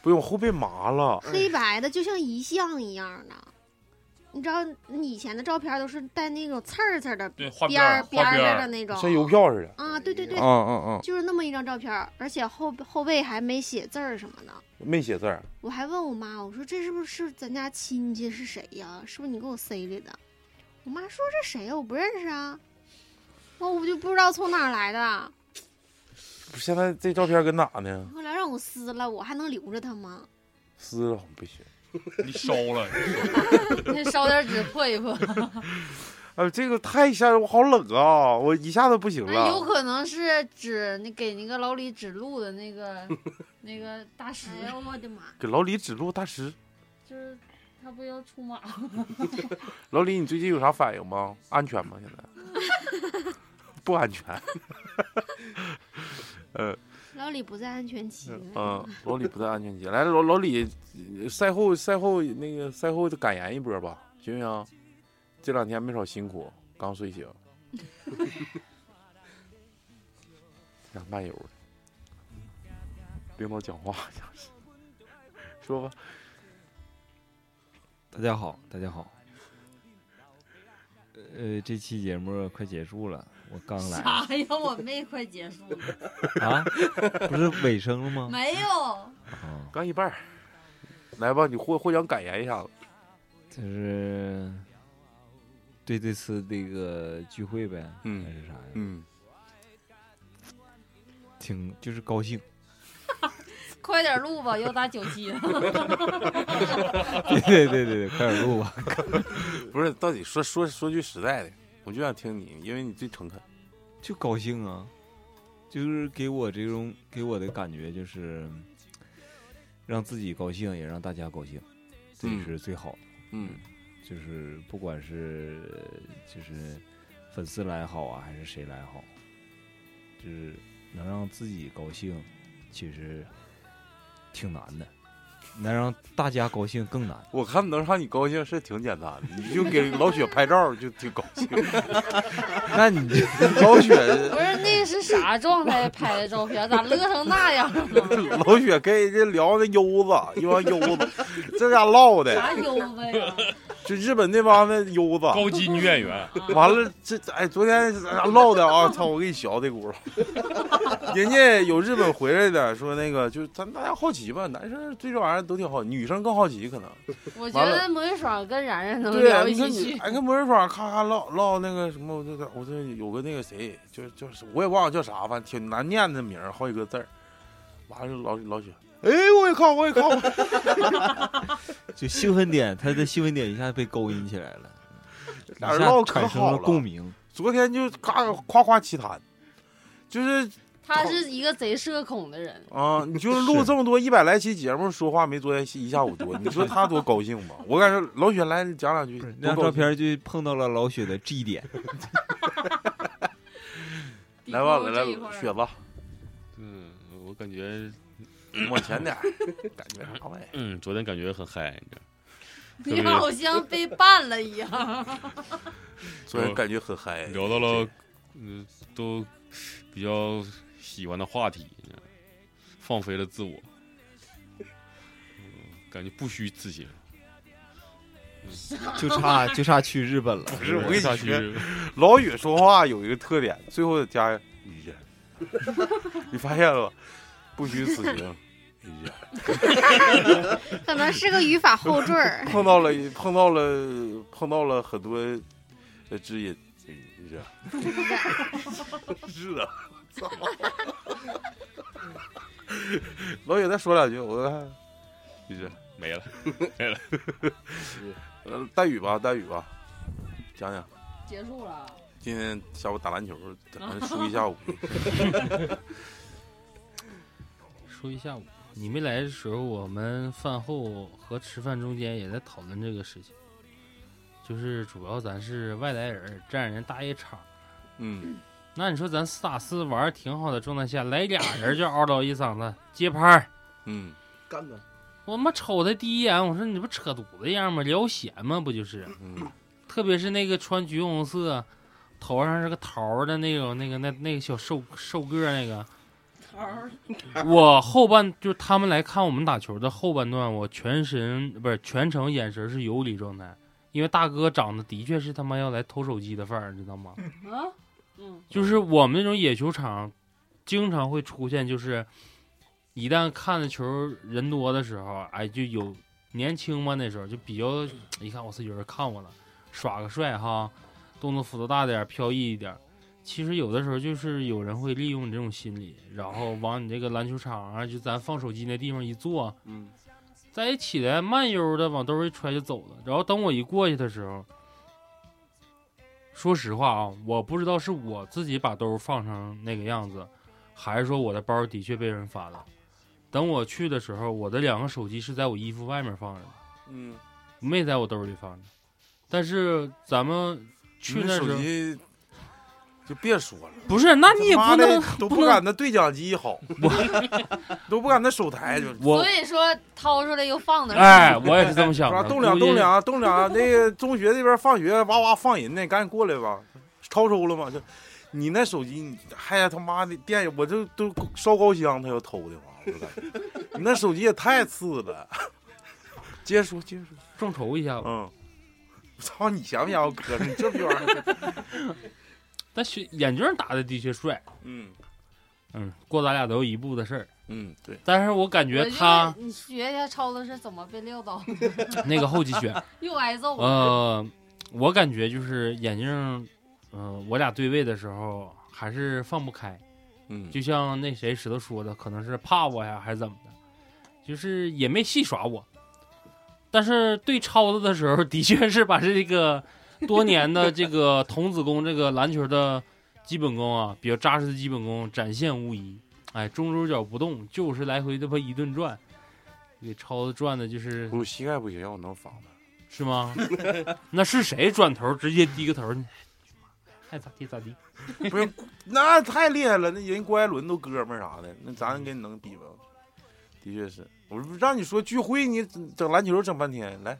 不用后背麻了，黑白的，就像遗像一样的。你知道以前的照片都是带那种刺儿刺儿的对，花边儿儿花儿边的儿，那种像邮票似的，啊，对对对嗯，嗯嗯，就是那么一张照片儿，而且后后背还没写字儿什么的。没写字儿，我还问我妈，我说这是不是咱家亲戚是谁呀？是不是你给我塞里的？我妈说这谁呀？我不认识啊，我我就不知道从哪儿来的。不是现在这照片搁哪呢？后来让我撕了，我还能留着它吗？撕了不行。你烧 了，那 烧点纸破 一破，哎，这个太吓人，我好冷啊！我一下子不行哎那有了。可能是指那给那个老李指路的 那个那个大师，哎呦我的妈！给老李指路大师，就是他不要出马， 老李，你最近有啥反应吗？安全吗？现在 不安全。呃，老李不在安全期了。嗯，老李不在安全期。来，老老李，呃赛后赛后那个赛后感言一波吧，行不行？这两天没少辛苦，刚睡醒，让漫游的领导讲话像是，说吧，大家好，大家好。呃，这期节目快结束了，我刚来啥呀？我妹快结束 了，啊， 不是尾声了吗？没有。啊，刚一半儿来吧，你获获奖感言一下子。就是对这次这个聚会呗，嗯还是啥呀？嗯，挺就是 高兴，快点录吧，又打九七了。对对对对对，快点录吧。不是，到底说说说句实在的，我就想听你，因为你最诚恳。就高兴啊，就是给我这种给我的感觉就是让自己高兴，也让大家高兴，这嗯是最好的。嗯就是不管是就是粉丝来好啊，还是谁来好，就是能让自己高兴，其实挺难的，能让大家高兴更难。我看能让你高兴是挺简单的，你就给老雪拍照就挺高兴。那你就 老雪， 不是那个是啥状态拍的照片？咋乐成那样了？ 老雪跟人家聊那悠子，一帮悠子，这家唠的， 啥优子呀？就日本那帮的悠子。高级女演员，完了，这哎，昨天咱唠的啊，操！我给你学这轱辘。 人家有日本回来的，说那个就是咱大家好奇吧，男生对这玩意儿都挺好，女生更好奇可能。我觉得魔芋爽跟冉冉能对聊啊，一你说起你去。哎，跟魔人爽咔咔唠唠那个什么，我这个我这有个那个谁，就就是我也忘了叫啥，反正挺难念的名儿，好几个字儿。完了，老老雪，哎，我也看，我也看，我也就兴奋点，他的兴奋点一下被勾引起来了，一俩人唠下得可产生好了了共鸣。昨天就咔夸夸其谈，就是他是一个贼社恐的人，啊、你就是录是这么多一百来期节目，说话没昨天一下午多，你说他多高兴吧？我感觉老雪来你讲两句不是，那多张高照兴。片就碰到了老雪的 G 点， 来吧，比如来来这一块，儿雪子，嗯，我感觉，嗯往前 点儿，感觉啥玩意儿？嗯，昨天感觉很嗨，你知道吗你好像被办了一样。昨天感觉很嗨，聊到了，嗯，都比较喜欢的话题，你知道吗放飞了自我，嗯感觉不虚此行。就差就差去日本了。不是我跟你下去说，老宇说话有一个特点，最后加人，你发现了吧？不虚此行，。可能是个语法后缀儿碰到了碰到了碰到了很多呃知音，是啊 是啊，操老宇再说两句，我看是啊没了。 呃大宇吧，大宇吧，讲讲 结束了。啊今天下午打篮球，怎么输一下午？ 说一下午，你没来的时候，我们饭后和吃饭中间也在讨论这个事情，就是主要咱是外来人儿占人大一场，嗯，那你说咱四打四玩儿挺好的状态下，来俩人就嗷叨一嗓子接拍儿，嗯干的，我妈瞅他第一眼，我说你这不扯犊子样吗？聊闲吗？不就是？嗯，特别是那个穿橘红色，头上是个桃儿的那种，那个那那个小瘦瘦个儿那个。 我后半就是他们来看我们打球的后半段，我全神不是全程眼神是游离状态，因为大哥长得的确是他妈要来偷手机的范儿，你知道吗？啊，嗯，就是我们那种野球场，经常会出现，就是一旦看的球人多的时候，哎，就有年轻嘛，那时候就比较，一看我操，有人看我了，耍个帅哈，动作幅度大点儿，飘逸一点儿。其实有的时候就是有人会利用你这种心理，然后往你这个篮球场啊，就咱放手机那地方一坐，嗯，再一起来慢悠的往兜里揣就走了。然后等我一过去的时候，说实话啊，我不知道是我自己把兜放成那个样子，还是说我的包的确被人翻了。等我去的时候，我的两个手机是在我衣服外面放着的，嗯，没在我兜里放着。但是咱们去你那时手候机就别说了。不是，那啊你也他妈不的能都不不能敢那对讲机 好，都不敢那手台就。我所以说掏出来又放那儿。哎，我也是这么想啊，的。栋梁，估计栋梁，栋梁，那个中学这边放学哇哇放人呢，赶紧过来吧，超收了吗？就你那手机，你还呀他妈的电，我这都烧高香，他要偷的话，我感觉你那手机也太次了。 接着说，接着说，众筹一下吧。嗯，我操，你想不想我哥？你这逼玩意儿，但是眼镜打的的确帅，嗯嗯，过咱俩都一步的事儿。嗯，对，但是我感我觉就他你学一下超子是怎么被撂倒的，那个后期选，又挨揍了。呃，我感觉就是眼镜，嗯、我俩对位的时候还是放不开，嗯，就像那谁石头说的，可能是怕我呀，还是怎么的，就是也没戏耍我。但是对超子的时候，的确是把这个多年的这个童子功，这个篮球的基本功啊，比较扎实的基本功展现无遗。哎，中轴脚不动，就是来回他妈一顿转，给超子转的就是我膝盖不行，我能防他。是吗？ 那是谁转头直接低个头呢？爱哎咋地咋地。那太厉害了，那人郭艾伦都哥们儿啥的，那咱跟你能比吗？的确是，我不让你说聚会，你整篮球整半天，来，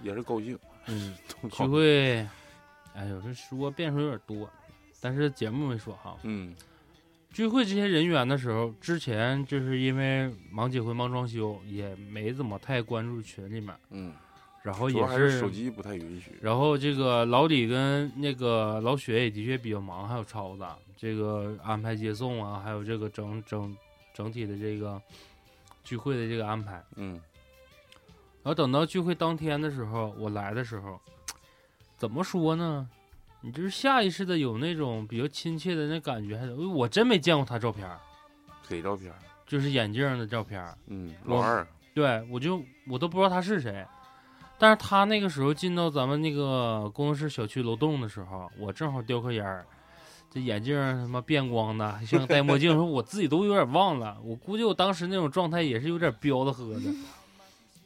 也是高兴。 嗯，聚会，哎呦，这说变数有点多，但是节目没说哈。嗯聚会这些人员的时候，之前就是因为忙结婚忙装修，也没怎么太关注群里面，嗯，然后主也要还是手机不太允许。然后这个老李跟那个老雪也的确比较忙，还有超子啊这个安排接送啊，还有这个整整整体的这个聚会的这个安排。嗯然后等到聚会当天的时候，我来的时候，怎么说呢？你就是下意识的有那种比较亲切的那感觉，还是哎我真没见过他照片儿，谁照片？就是眼镜儿的照片儿。嗯，老二。对我就我都不知道他是谁，但是他那个时候进到咱们那个工作室小区楼栋的时候，我正好叼颗烟儿，这眼镜儿他妈变光的，像戴墨镜的时候，我自己都有点忘了，我估计我当时那种状态也是有点彪的喝的，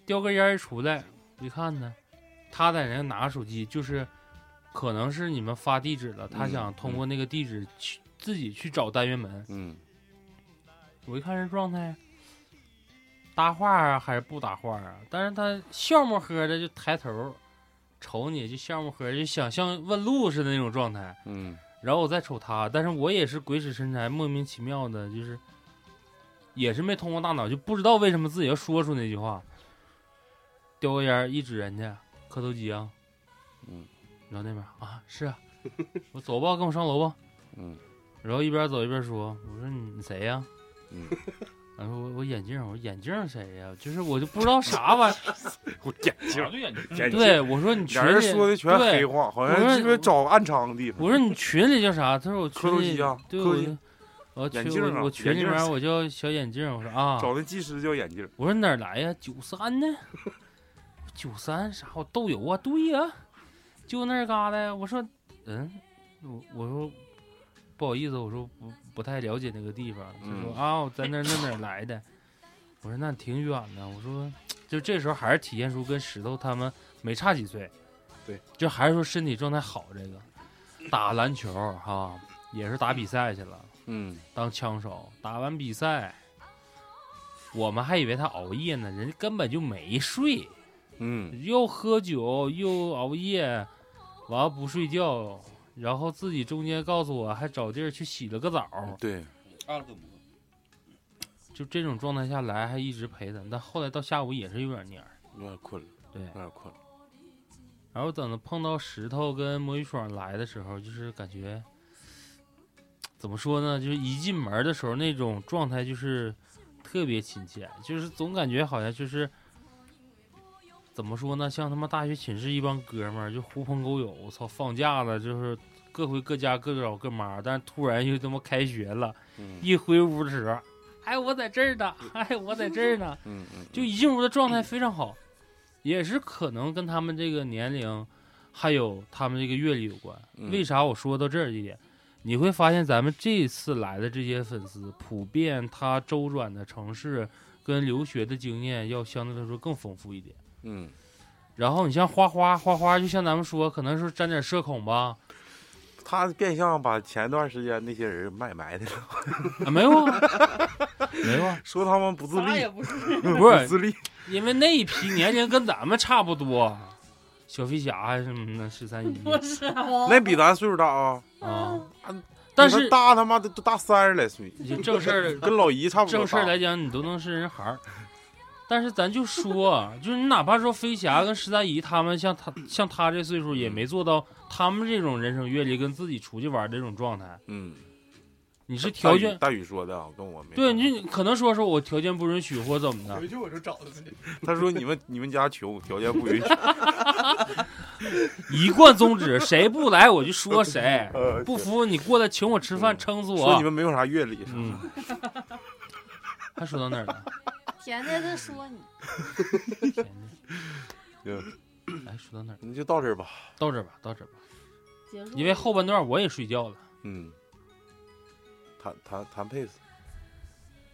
叼根烟儿一出来，我一看呢，他在那拿手机，就是可能是你们发地址了，他嗯想通过那个地址去自己去找单元门，嗯我一看这状态，搭话啊还是不搭话啊？但是他笑么呵的就抬头瞅你，就笑么呵的，就想像问路似的那种状态。嗯然后我再瞅他，但是我也是鬼使神差，莫名其妙的，就是也是没通过大脑，就不知道为什么自己要说出那句话。叼个烟儿一指人家磕头机啊，嗯然后那边啊是啊，我走吧，跟我上楼吧， 嗯然后一边走一边说，我说你你谁呀、嗯，然后我我眼镜，我说眼镜谁呀、就是我就不知道啥玩意儿。 我眼啥睛，对眼睛， 眼睛，对，我说你群俩人里说的全黑对话，好我说像鸡巴找暗藏的地方。我说你群里叫啥？他说我磕群头里机啊对磕头我就机我眼群镜啊我我群眼里镜面儿我叫小眼镜，我说啊，找那技师叫眼镜，我说哪儿来呀？九三呢？九三啥？我豆油啊？对呀、就那儿嘎达呀。我说嗯，我我说不好意思，我说不不太了解那个地方。他说嗯啊，我在那儿那哪儿来的？我说那挺远的。我说就这时候还是体现出跟石头他们没差几岁，对，就还是说身体状态好这个。打篮球哈、也是打比赛去了，嗯，当枪手。打完比赛，我们还以为他熬夜呢，人家根本就没睡，嗯，又喝酒又熬夜，完了不睡觉，然后自己中间告诉我还找地儿去洗了个澡，嗯对，按了个摩，就这种状态下来还一直陪咱。但后来到下午也是有点蔫儿，有点困了，对。有点困了。然后等到碰到石头跟魔芋爽来的时候，就是感觉怎么说呢？就是一进门的时候那种状态就是特别亲切，就是总感觉好像就是怎么说呢？像他妈大学寝室一帮哥们儿，就狐朋狗友，我操，放假了就是各回各家各找各妈，但是突然又他妈开学了，嗯一回屋的时候， 哎，我在这儿呢， 哎，我在这儿呢。嗯嗯，就一进屋的状态非常好，也是可能跟他们这个年龄，还有他们这个阅历有关。嗯为啥我说到这儿一点？你会发现咱们这次来的这些粉丝，普遍他周转的城市跟留学的经验要相对来说更丰富一点。嗯然后你像花花，花花就像咱们说，可能是沾点社恐吧，他变相把前段时间那些人卖埋汰 了，啊、没有啊， 没有啊，说他们不自立，不是， 不是自立，因为那一批年龄跟咱们差不多，小飞侠什么的，十三姨是我那比咱岁数大啊，啊啊，哦但比咱是大他妈的都大三十来岁，你正事儿跟老姨 差不多正大。事儿来讲，你都能是人孩儿。但是咱就说啊，就是你哪怕说飞侠跟十三姨他们像他像他这岁数，也没做到他们这种人生阅历跟自己出去玩的这种状态。嗯，你是条件，大宇大宇说的啊，跟我没对，你可能说说我条件不允许或怎么的，回去我就找他去。他说你们你们家穷，条件不允 许。 一贯宗旨，谁不来我就 说谁，呃不服你过来请我吃饭，嗯撑死说你我。们没有啥阅历，嗯，还说到哪 儿了？甜甜在说你，天行哪！哎，说到哪儿了？那就到这儿吧。到这儿吧，到这儿吧，结束因为后半段我也睡觉了。嗯，谈谈谈配死。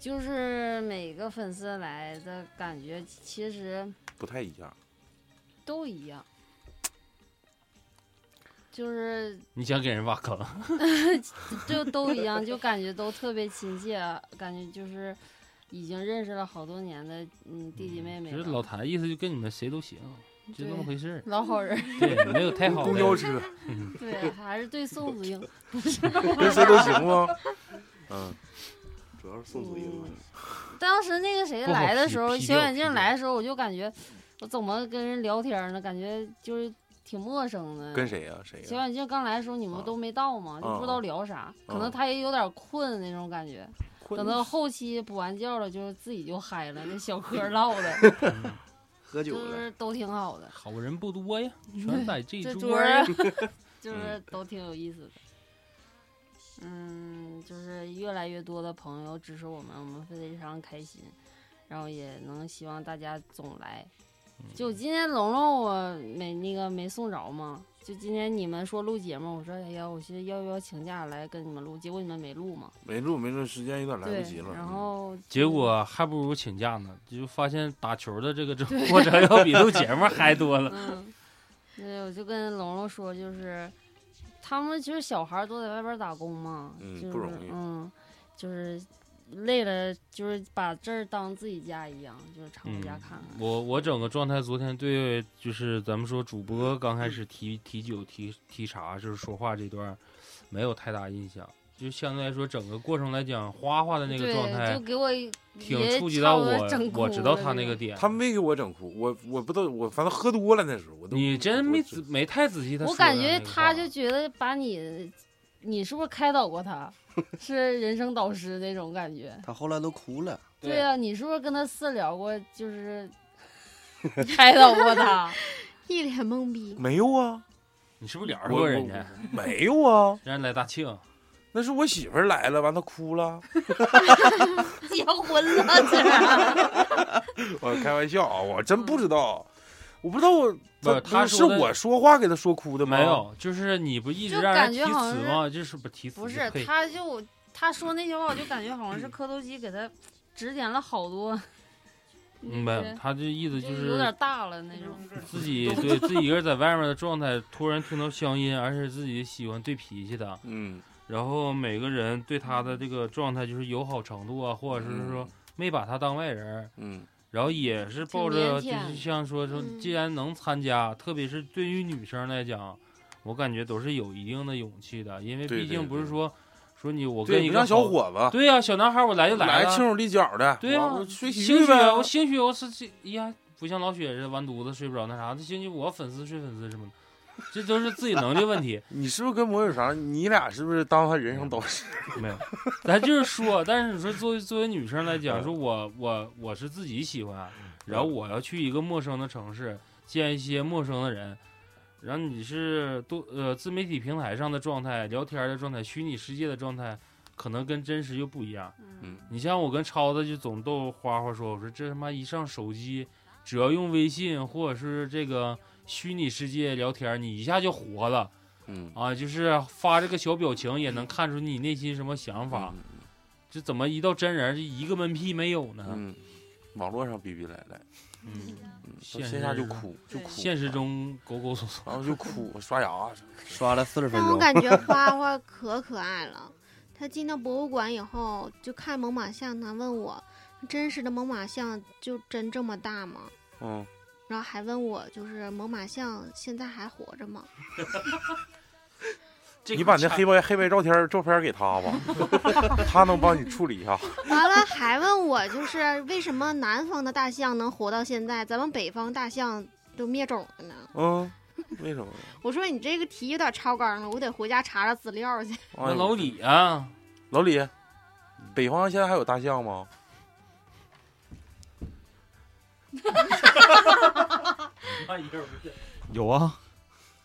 就是每个粉丝来的感觉其实不太一样，都一样，就是你想给人挖坑？就都一样，就感觉都特别亲切，啊感觉就是已经认识了好多年的嗯弟弟妹妹其了实老谭意思就跟你们谁都行，就那么对。回事儿 老好人，对，没有太好公交的。车对，还是对宋祖英， 跟谁都行吗？嗯，主要是宋祖英啊嗯当时那个谁不好来的批时候，批小掉眼批镜掉来的时候，我就感觉我怎么跟人聊天呢？感觉就是挺陌生的。跟谁呀？谁小呀？眼镜刚来的时候，你啊们都没到嘛，就不知啊道聊啥，可能啊他也有点困那种感觉。困等了到后期补完觉了，就是自己就嗨了，那小 嗑唠 的，嗯喝酒就了，是都挺好的。好人不多呀，全在这嗯这桌桌儿儿啊 啊呀。就是嗯都挺有意思的。嗯，就是越来越多的朋友支持我们，我们非常开心，然后也能希望大家总来。嗯就今天龙龙我没那个没送着嘛，就今天你们说录节目，我说哎呀，我寻思要不要请假来跟你们录，结果你们没录嘛。没录没录，时间有点来对不及，了。嗯然后结果还不如请假呢，就发现打球的 这个这过程要比录节目嗨多了。 嗯，对，我就跟龙龙说，就是他们其实小孩儿都在外边儿打工嘛，嗯就是不容易嗯，就是累了，就是把这儿当自己家一样，就是常嗯回家看看。我我整个状态昨天对，就是咱们说 主播刚开始提提酒提提茶，就是说话这段儿没有太大印象，就相对来说整个过程来讲，花花的那个对状态就给我挺也触及差到不多我整，我哭知道了他那那个种点。他没给我整哭，我我不知道，我反正喝多了那时候，我都你真没仔知没太仔细他说我的那感个话，觉他就觉得把你，你是不是开导过他？ 是人生导师那种感觉。他后来都哭了，对啊，你是不是跟他私聊过？就是 开导 过他？一脸懵逼。没有啊，你是不是脸我过人家？我没有啊，让人来大庆，那是我媳妇儿来了，完她哭了，结婚了这是？我开玩笑啊，我真不知道，我不知道我不她她是说的我说话给她说哭的吗？没，有， 哦就是你不一直就让人感提觉好词像是吗？就是不提词不是，呸他就他说那句话，我就感觉好像是磕头机给他指点了好多。嗯没有，他这意 思就是有点大了那种。自己 对自己一个人在外面的状态，突然听到乡音，而且自己喜欢对脾气的，嗯，然后每个人对他的这个状态就是友好程度啊，或者是说嗯没把他当外人儿，嗯然后也是抱着就挺腼腆是像说说，嗯既然能参加，特别是对于女生来讲，我感觉都是有一定的勇气的，因为对毕竟对不是对说说你我跟对，一你个让小好，伙子对呀、小男孩我来就来轻了，手利脚的，对呀、我学喜兴剧许啊呗，我兴许我是这哎呀，不像老雪似的完犊子睡不着那啥，这兴许我粉丝睡粉丝什么的，这都是自己能力问题。你是不是跟我有啥？你俩是不是当他人生导师？ 没有，咱就是说，但是你说作为作为女生来讲，说我我我是自己喜欢，然后我要去一个陌生的城市，见一些陌生的人，然后你是多呃自媒体平台上的状态、聊天的状态、虚拟世界的状态，可能跟真实又不一样。嗯你像我跟超子就总逗花花说，我说这他妈一上手机，只要用微信或者是这个虚拟世界聊天，你一下就活了。嗯，啊，就是发这个小表情也能看出你内心什么想嗯法。这怎么一到真人就一个闷屁没有呢？嗯，网络上逼逼赖赖，嗯，嗯到现线下就实哭啊就对哭，现实中狗狗嗖嗖。然后就哭，我刷牙啊什么的刷了四十分但我钟。感觉花花可可爱了。他进到博物馆以后，就看猛犸象，他问我，真实的猛犸象就真这么大吗？ 嗯，然后还问我，就是猛犸象现在还活着吗？你把那黑白黑白照片照片给他吧， 他能帮你处理一下。完了还问我，就是为什么南方的大象能活到现在，咱们北方大象都灭种了呢？嗯，为什么？我说你这个题有点超纲了，我得回家查查资 料去。哎那呦老李啊，老李，北方现在还有大象吗？哎有啊，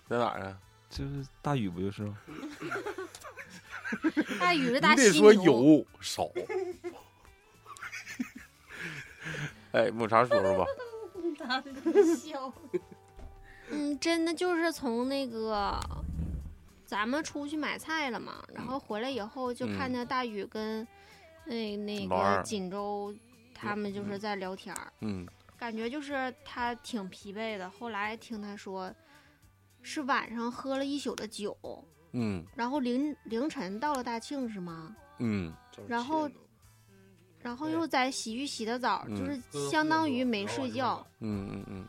在哪儿啊？就是大禹不就是吗？大禹是你哎大得犀说牛，有少。哎，抹茶说说吧。嗯，真的就是从那个咱们出去买菜了嘛，然后回来以后就看嗯见大宇跟那、那老二个锦州他们就是在聊天儿，嗯感觉就是他挺疲惫的。后来听他说，是晚上喝了一宿的酒，嗯然后凌凌晨到了大庆是吗？嗯，然后然后又在洗浴洗的澡，嗯就是相当于没睡觉，嗯嗯嗯，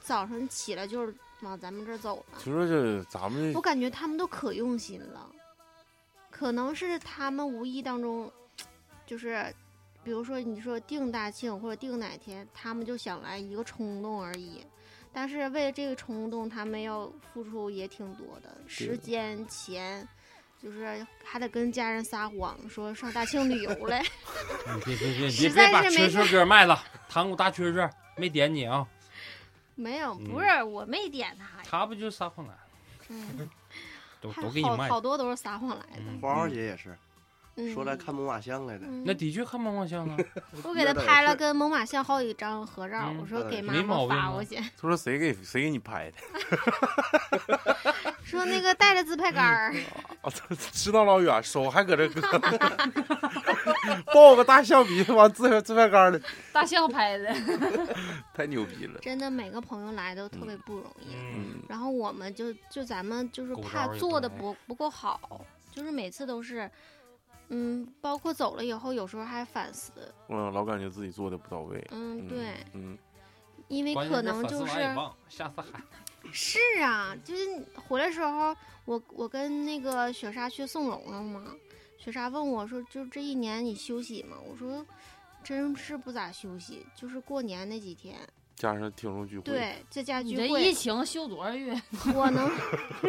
早晨起来就是往咱们这儿走了。就说这咱们我感觉他们都可用心了，可能是他们无意当中，就是，比如说你说定大庆或者定哪天，他们就想来一个冲动而已。但是为了这个冲动，他们要付出也挺多的，时间、钱，就是还得跟家人撒谎说上大庆旅游 嘞。你嗯别别别实别在别把是蛐没蛐哥卖了，弹鼓大蛐蛐儿没点你啊，没有，不嗯是、我没点他呀，他不就是撒谎来，嗯，都还都给你好卖好了。多都是撒谎来的。嗯花花姐也是嗯、说来看猛犸象来的，嗯那的确看梦幻像啊，我给他拍了跟猛犸象好几张合照，嗯我说给没妈毛妈病啊发过去， 他说谁给谁给你拍的？ 说那个带着自拍杆嗯儿，啊，他知道老远，手还搁这搁， 抱个大象鼻往自拍自拍杆里，大象拍的。太牛逼了。真的每个朋友来都特别不容易。 嗯，嗯然后我们就就咱们就是狗怕招也做的多不不够好，就是每次都是，嗯，包括走了以后，有时候还反思，嗯，老感觉自己做的不到位。嗯，对，嗯，因为关键可能反思就完也是忘下次还是啊，就是回来时候，我我跟那个雪莎去送蓉蓉嘛，雪莎问我说：“就这一年你休息吗？”我说：“真是不咋休息，就是过年那几天，加上听众聚会，对，在家 你聚这疫会，情休多少月？我能，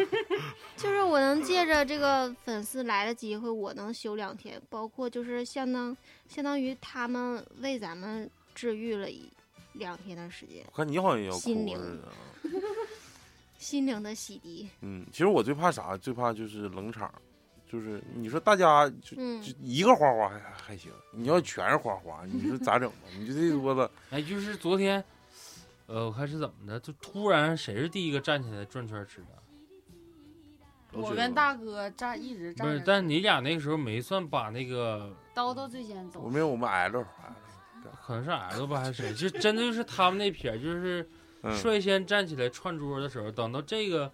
就是我能借着这个粉丝来的机会，我能休两天，包括就是相当相当于他们为咱们治愈了一两天的时间，我看你好像也要哭心似灵的啊。心灵的洗涤。嗯，其实我最怕啥？最怕就是冷场，就是你说大家就嗯就，一个花花还还行，你要全是花花，你说咋整吧？你就这桌子，哎，就是昨天，呃，我看是怎么的，就突然谁是第一个站起来转圈吃的？都我是跟大哥站一直不站是，着，但你俩那个时候没算把那个，叨叨最先我走，没有我们 L，可能是 L 吧还是谁，就真的就是他们那撇儿，就是嗯，率先站起来串桌的时候，等到这个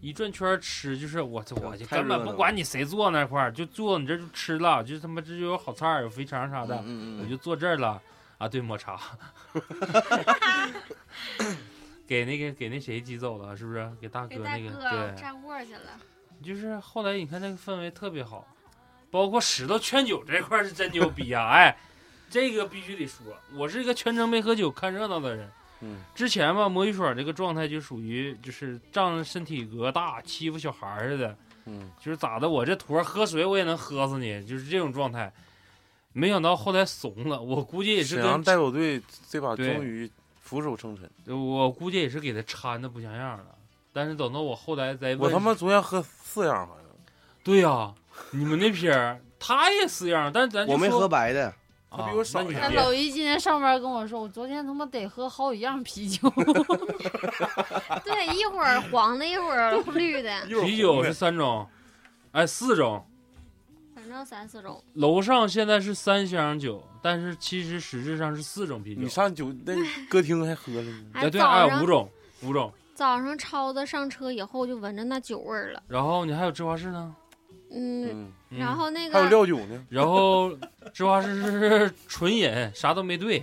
一转圈吃，就是我这我就太根本热闹不了管你谁坐那块儿，就坐你这儿就吃了，就他妈这就有好菜儿有肥肠啥的，嗯我嗯就坐这儿了啊，对，抹 茶， 给那个给那谁挤走了，是不是？给大哥给大那个哥对，站窝去了。就是后来你看那个氛围特别好，包括石头劝酒这块儿是真牛逼啊！哎，这个必须得说，我是一个全程没喝酒看热闹的人。嗯之前吧，魔芋爽这个状态就属于就是仗身体格大欺负小孩儿似的，嗯就是咋的，我这坨儿喝水我也能喝死你，就是这种状态。没想到后来怂了，我估计也嗯，是沈阳跟代表队这把对终于俯首称臣。我估计也是给他掺的不像样了。但是等到我后来再问，我他妈昨天喝四样好像，对呀、你们那撇儿他也死样，但是咱就我没说喝白的，他比我少啊一那你点那别老于今天上班跟我说，我昨天他妈得喝好几样啤酒， 对，一会儿黄的，一会儿绿的，啤酒是三种，哎，四种。反正三四种。楼上现在是三箱酒，但是其实实质上是四种啤酒你。上酒那歌厅还喝了呢，还哎，对，早哎，上五种，五种。早上超子上车以后就闻着那酒味儿了，然后你还有芝华士呢，嗯，嗯，嗯然后那还有个料酒呢。然后芝华士是纯饮，啥都没兑。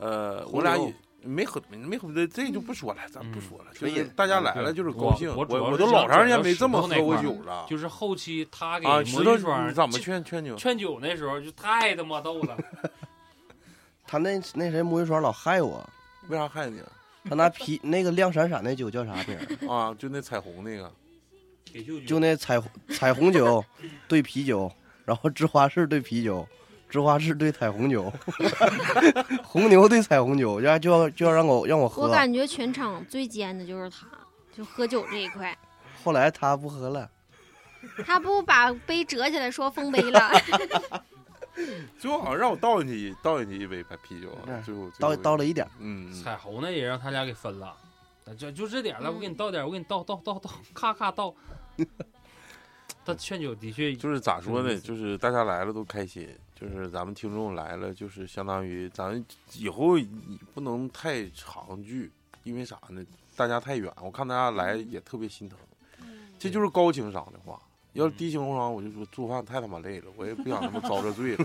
呃，红我俩牛也没喝，没没喝，这这就不说了，咱不嗯说了。就纯是饮大家来了对就是高我兴，我我主要我是都想老讲长时讲间没石这么头那喝过块儿酒了。就是后期他给啊，魔石芋头爽你怎么劝劝劝酒？劝酒那时候就太他妈逗了。他那那谁魔芋爽老害我，为啥害你啊他拿啤那个亮闪闪那酒叫啥名 儿？啊？就那彩虹那个，给舅舅就那彩虹彩虹酒 兑啤酒，然后芝华士兑啤酒，芝华士兑彩虹酒， 红牛兑彩虹酒，然后就要就要让我让我我喝。感觉全场最尖的就是他，就喝酒这一块，后来他不喝了，他不把杯折起来说封杯了， 最后好像让我倒进去倒进去一杯白啤酒啊，嗯最后倒倒了，了一点儿，嗯，嗯彩虹那也让他俩给分了。那就就这点儿了，嗯我给你倒点儿，我给你倒倒倒倒，咔咔 倒。他劝酒的确就是咋说这个呢？意思就是大家来了都开心，就是咱们听众来了，就是相当于咱们以后不能太长聚，因为啥呢？大家太远，我看大家来也特别心疼，这就是高情商的话。要是低情商，我就说做饭太他妈累了，我也不想他妈遭这罪了。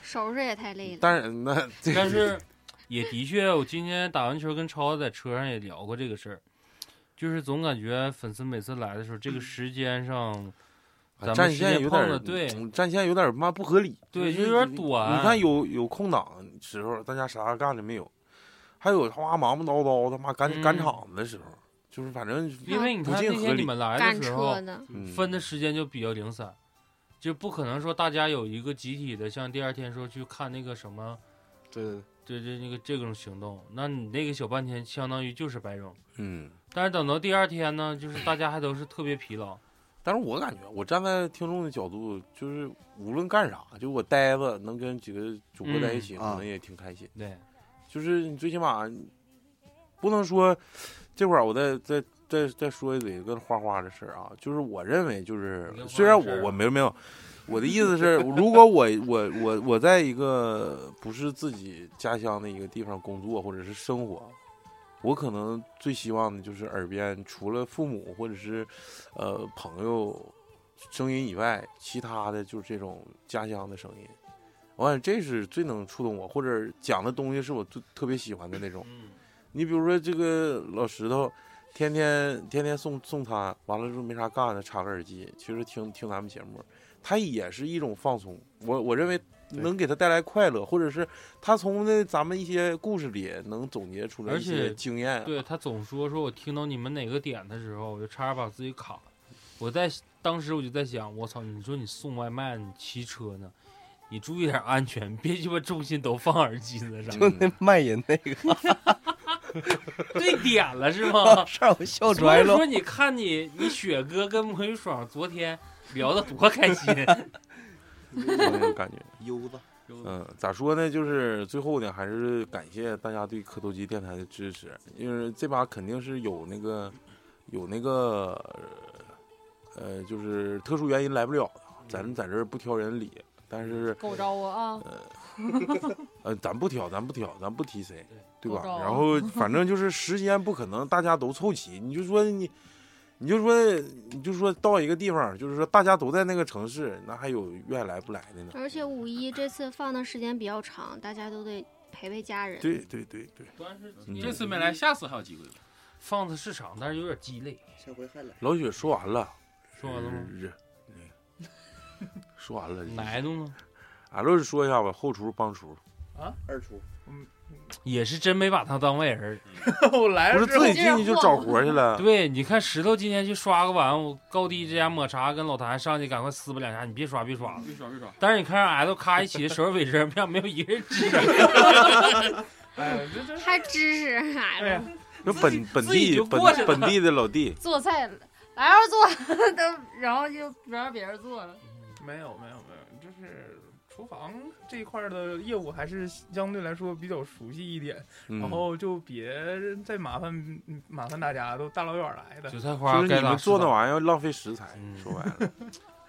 收拾也太累了。但是那这但是也的确，我今天打完球跟超子在车上也聊过这个事儿，就是总感觉粉丝每次来的时候，这嗯个时间上咱啊战们时线间有碰点的儿对嗯战线有点儿妈不合理，对就是就有点你短你看有有空档时候，大家啥干的没有？还有他妈忙忙叨叨，他妈赶嗯赶场子的时候，就是反正因为你看不尽那合天理你们来赶的时候车，呢，嗯分的时间就比较零散，就不可能说大家有一个集体的，像第二天说去看那个什么。对对对，这这那个这种行动，那你那个小半天相当于就是白扔。嗯。但是等到第二天呢，就是大家还都是特别疲劳，但是我感觉，我站在听众的角度，就是无论干啥，就我呆着能跟几个主播在一起，嗯可啊能也挺开心。对， 就是你最起码不能说这会儿我再再再再说一嘴跟花花的事儿啊，就是我认为就是你跟花花虽然的事儿啊我我没有没有，我的意思是，如果我我我我在一个不是自己家乡的一个地方工作或者是生活。我可能最希望的就是耳边除了父母或者是，呃朋友声音以外，其他的就是这种家乡的声音。我感觉这是最能触动我，或者讲的东西是我最特别喜欢的那种。嗯，你比如说这个老石头，天天天天送送餐，完了之后没啥干的，插个耳机，其实听听咱们节目，它也是一种放松。我我认为对能给他带来快乐，或者是他从那咱们一些故事里能总结出来而一些且经验啊。对他总说说我听到你们哪个点的时候，我就差点把自己卡了。我在当时我就在想，我操，你说你送外卖，你骑车呢，你注意点安全，别鸡巴重心都放耳机子 上。就那卖淫那 个？对点了是吗事儿，我笑所拽以了说。你看你你雪哥跟魔芋爽昨天聊的多开 心，那种感觉。悠子，嗯，咋说呢？就是最后呢，还是感谢大家对磕头机电台的支持，因为这把肯定是有那个有那个呃，就是特殊原因来不了的，咱们在这儿不挑人理，但是够招我啊！呃，咱不挑，咱不挑，咱不提谁，对吧？不招然 后反正就是时间不可能大家都凑齐，你就说你，你就说你就说到一个地方，就是说大家都在那个城市，那还有愿来不来的呢？而且五一这次放的时间比较长，大家都得陪陪家人。对对对对，嗯这次没来，下次还有机会吧。放的是场，但是有点鸡肋。下回还来。老雪说完了，说完了吗？是？那个说完嗯了，奶弄呢？俺论说一下吧，后厨帮厨二厨，也是真没把他当外人。嗯我哎来不是了之后自己进去就找活去了， 对，你看石头今天去刷个碗，我高低之间抹茶跟老谭上去赶快撕吧两下，你别刷别刷了。嗯别耍别耍，但是你看让 L 咔一起手指尾针，没有没有一个人知道，哎，这这还知识，哎哎呀呀，，就本本自己地就本过去了本地的老 弟，做菜来要做， 都然后就不让别人做了。没有没有没有，就是厨房这一块儿的业务还是相对来说比较熟悉一点，嗯哦然后就别再麻烦嗯麻烦大家，都大老远儿来的韭。菜就花是该你咋们做吃那咋玩意儿浪费食材，嗯说白 了，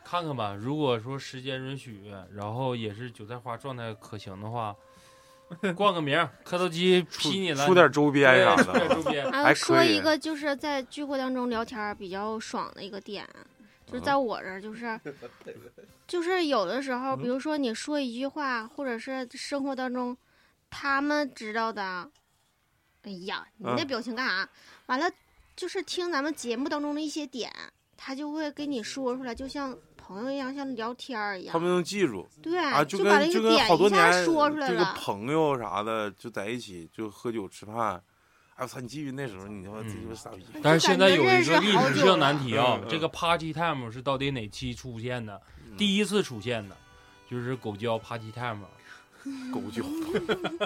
看看吧。如果说时间允许，然后也是韭菜花状态可行 的话，冠个名儿，磕头机出批你了，出点周边啥对的，出点周 边。还还有嗯说可以一个就是在聚会当中聊天儿比较爽的一个点，就是嗯在我这 儿就是，就是有的时候，比如说你说一句话，或者是生活当中他们知道的，哎呀，你那嗯表情干啥？完了就是听咱们节目当中的一些点，他就会给你说出来，就像朋友一样，像聊天儿一他样们。能记住对，啊，哎就把跟那就个跟好点多一下年说出来这个了。朋友啥的就在一起就喝酒吃饭，哎我操，你记不记得那时候你他妈这嗯就是傻逼，但是现在有一认识个历好史久性了难题啊嗯嗯，嗯这个 Party Time 是到底哪期出现的？第一次出现的，就是狗叫 Party Time， 狗 叫。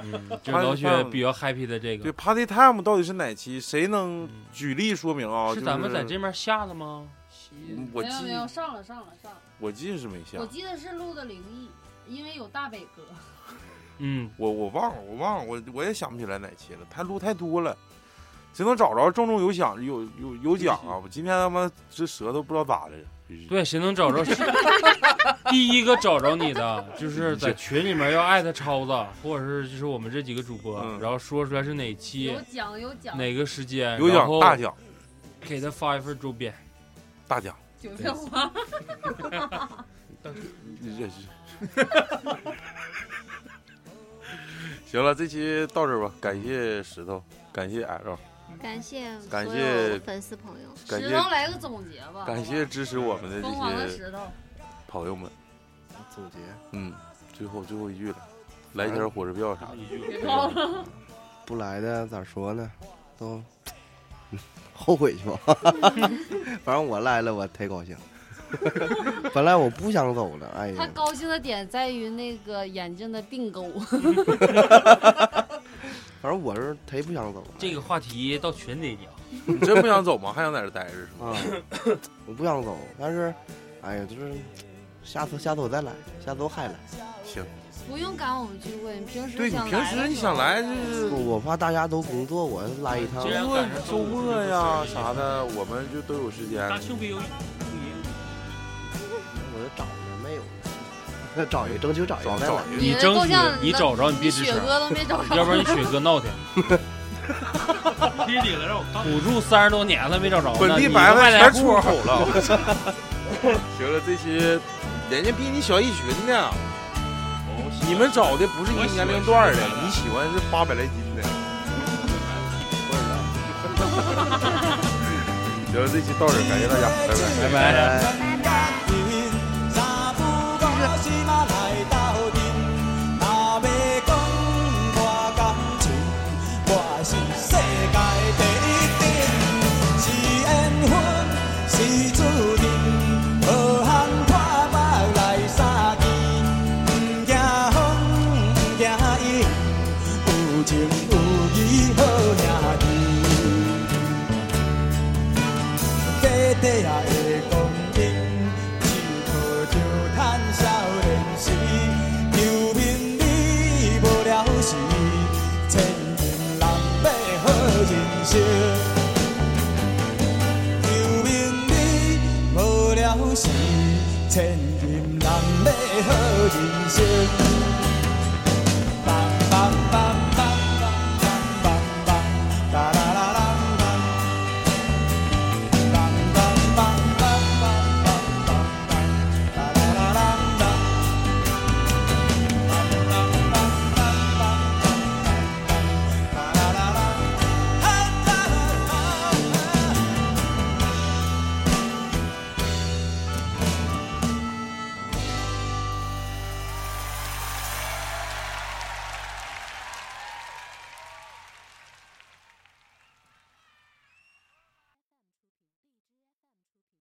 嗯，就是老雪比较 happy 的这对个。 ，Party Time 到底是哪期？谁能嗯举例说明啊？是就咱们在这面下的吗？嗯我没有记没有，上了上了上了，我记是没下我，记得是录的灵异，因为有大北哥。嗯，我我忘了，我忘了，我我也想不起来哪期了，太录太多了，谁能找着重中有奖有有有奖啊！我今天他妈这舌头不知道咋的了，就是对，谁能 找着第一个找着你的，嗯就是在群里面要艾特超子，或者是就是我们这几个主播，嗯然后说出来是哪期有、奖有奖，哪个时间，有然奖后大奖给他发一份周边。大奖，韭菜花，嗯这是。 行了，这期到这儿吧，感谢石头，感谢 L，感谢感所谢有粉丝朋友，感石谢头来个总结吧。感谢支持我们的好吧疯狂的这些石头，朋友们。总结嗯，最后最后一句了，来一条火车票啥的。别闹了，嗯不来的咋说呢？都 后悔去吧。 反正我来了，我忒高兴。 本来我不想走了，哎他呀，高兴的点在于那个眼镜的并购。反正我是忒不想走了。这个话题到群里聊。你真不想走吗？还想在这待着是吗？啊，我不想走，但是，哎呀，就是下次下次我再来，下次我还来。行，不用赶我们聚会，你平时对你想平来时的你时想候来就是嗯我我怕大家都工作，我来一趟既。然周末赶上周末呀啥的，我们就都有时间。大胸没有我就找呢，没有，那找一个，争取找一找个再找来。一个你的争够取呛你的找着你别吱雪声哥都没找着，要不然你雪哥 闹 腾。贴里了让我看。土著三十多年了没找着呢，本地你白卖菜来全户出口了。我操行了，这期人家比你小一群呢，你们找的不是一个年龄段的，你喜欢是八百来斤的。啊 行，这期到这儿，感谢大家，拜拜。拜拜。哎 Dapin, sa 底也会讲因，一抱就趁少年时，求面你无聊时，千金难买好人生。求面你无聊时，千金难买好人生。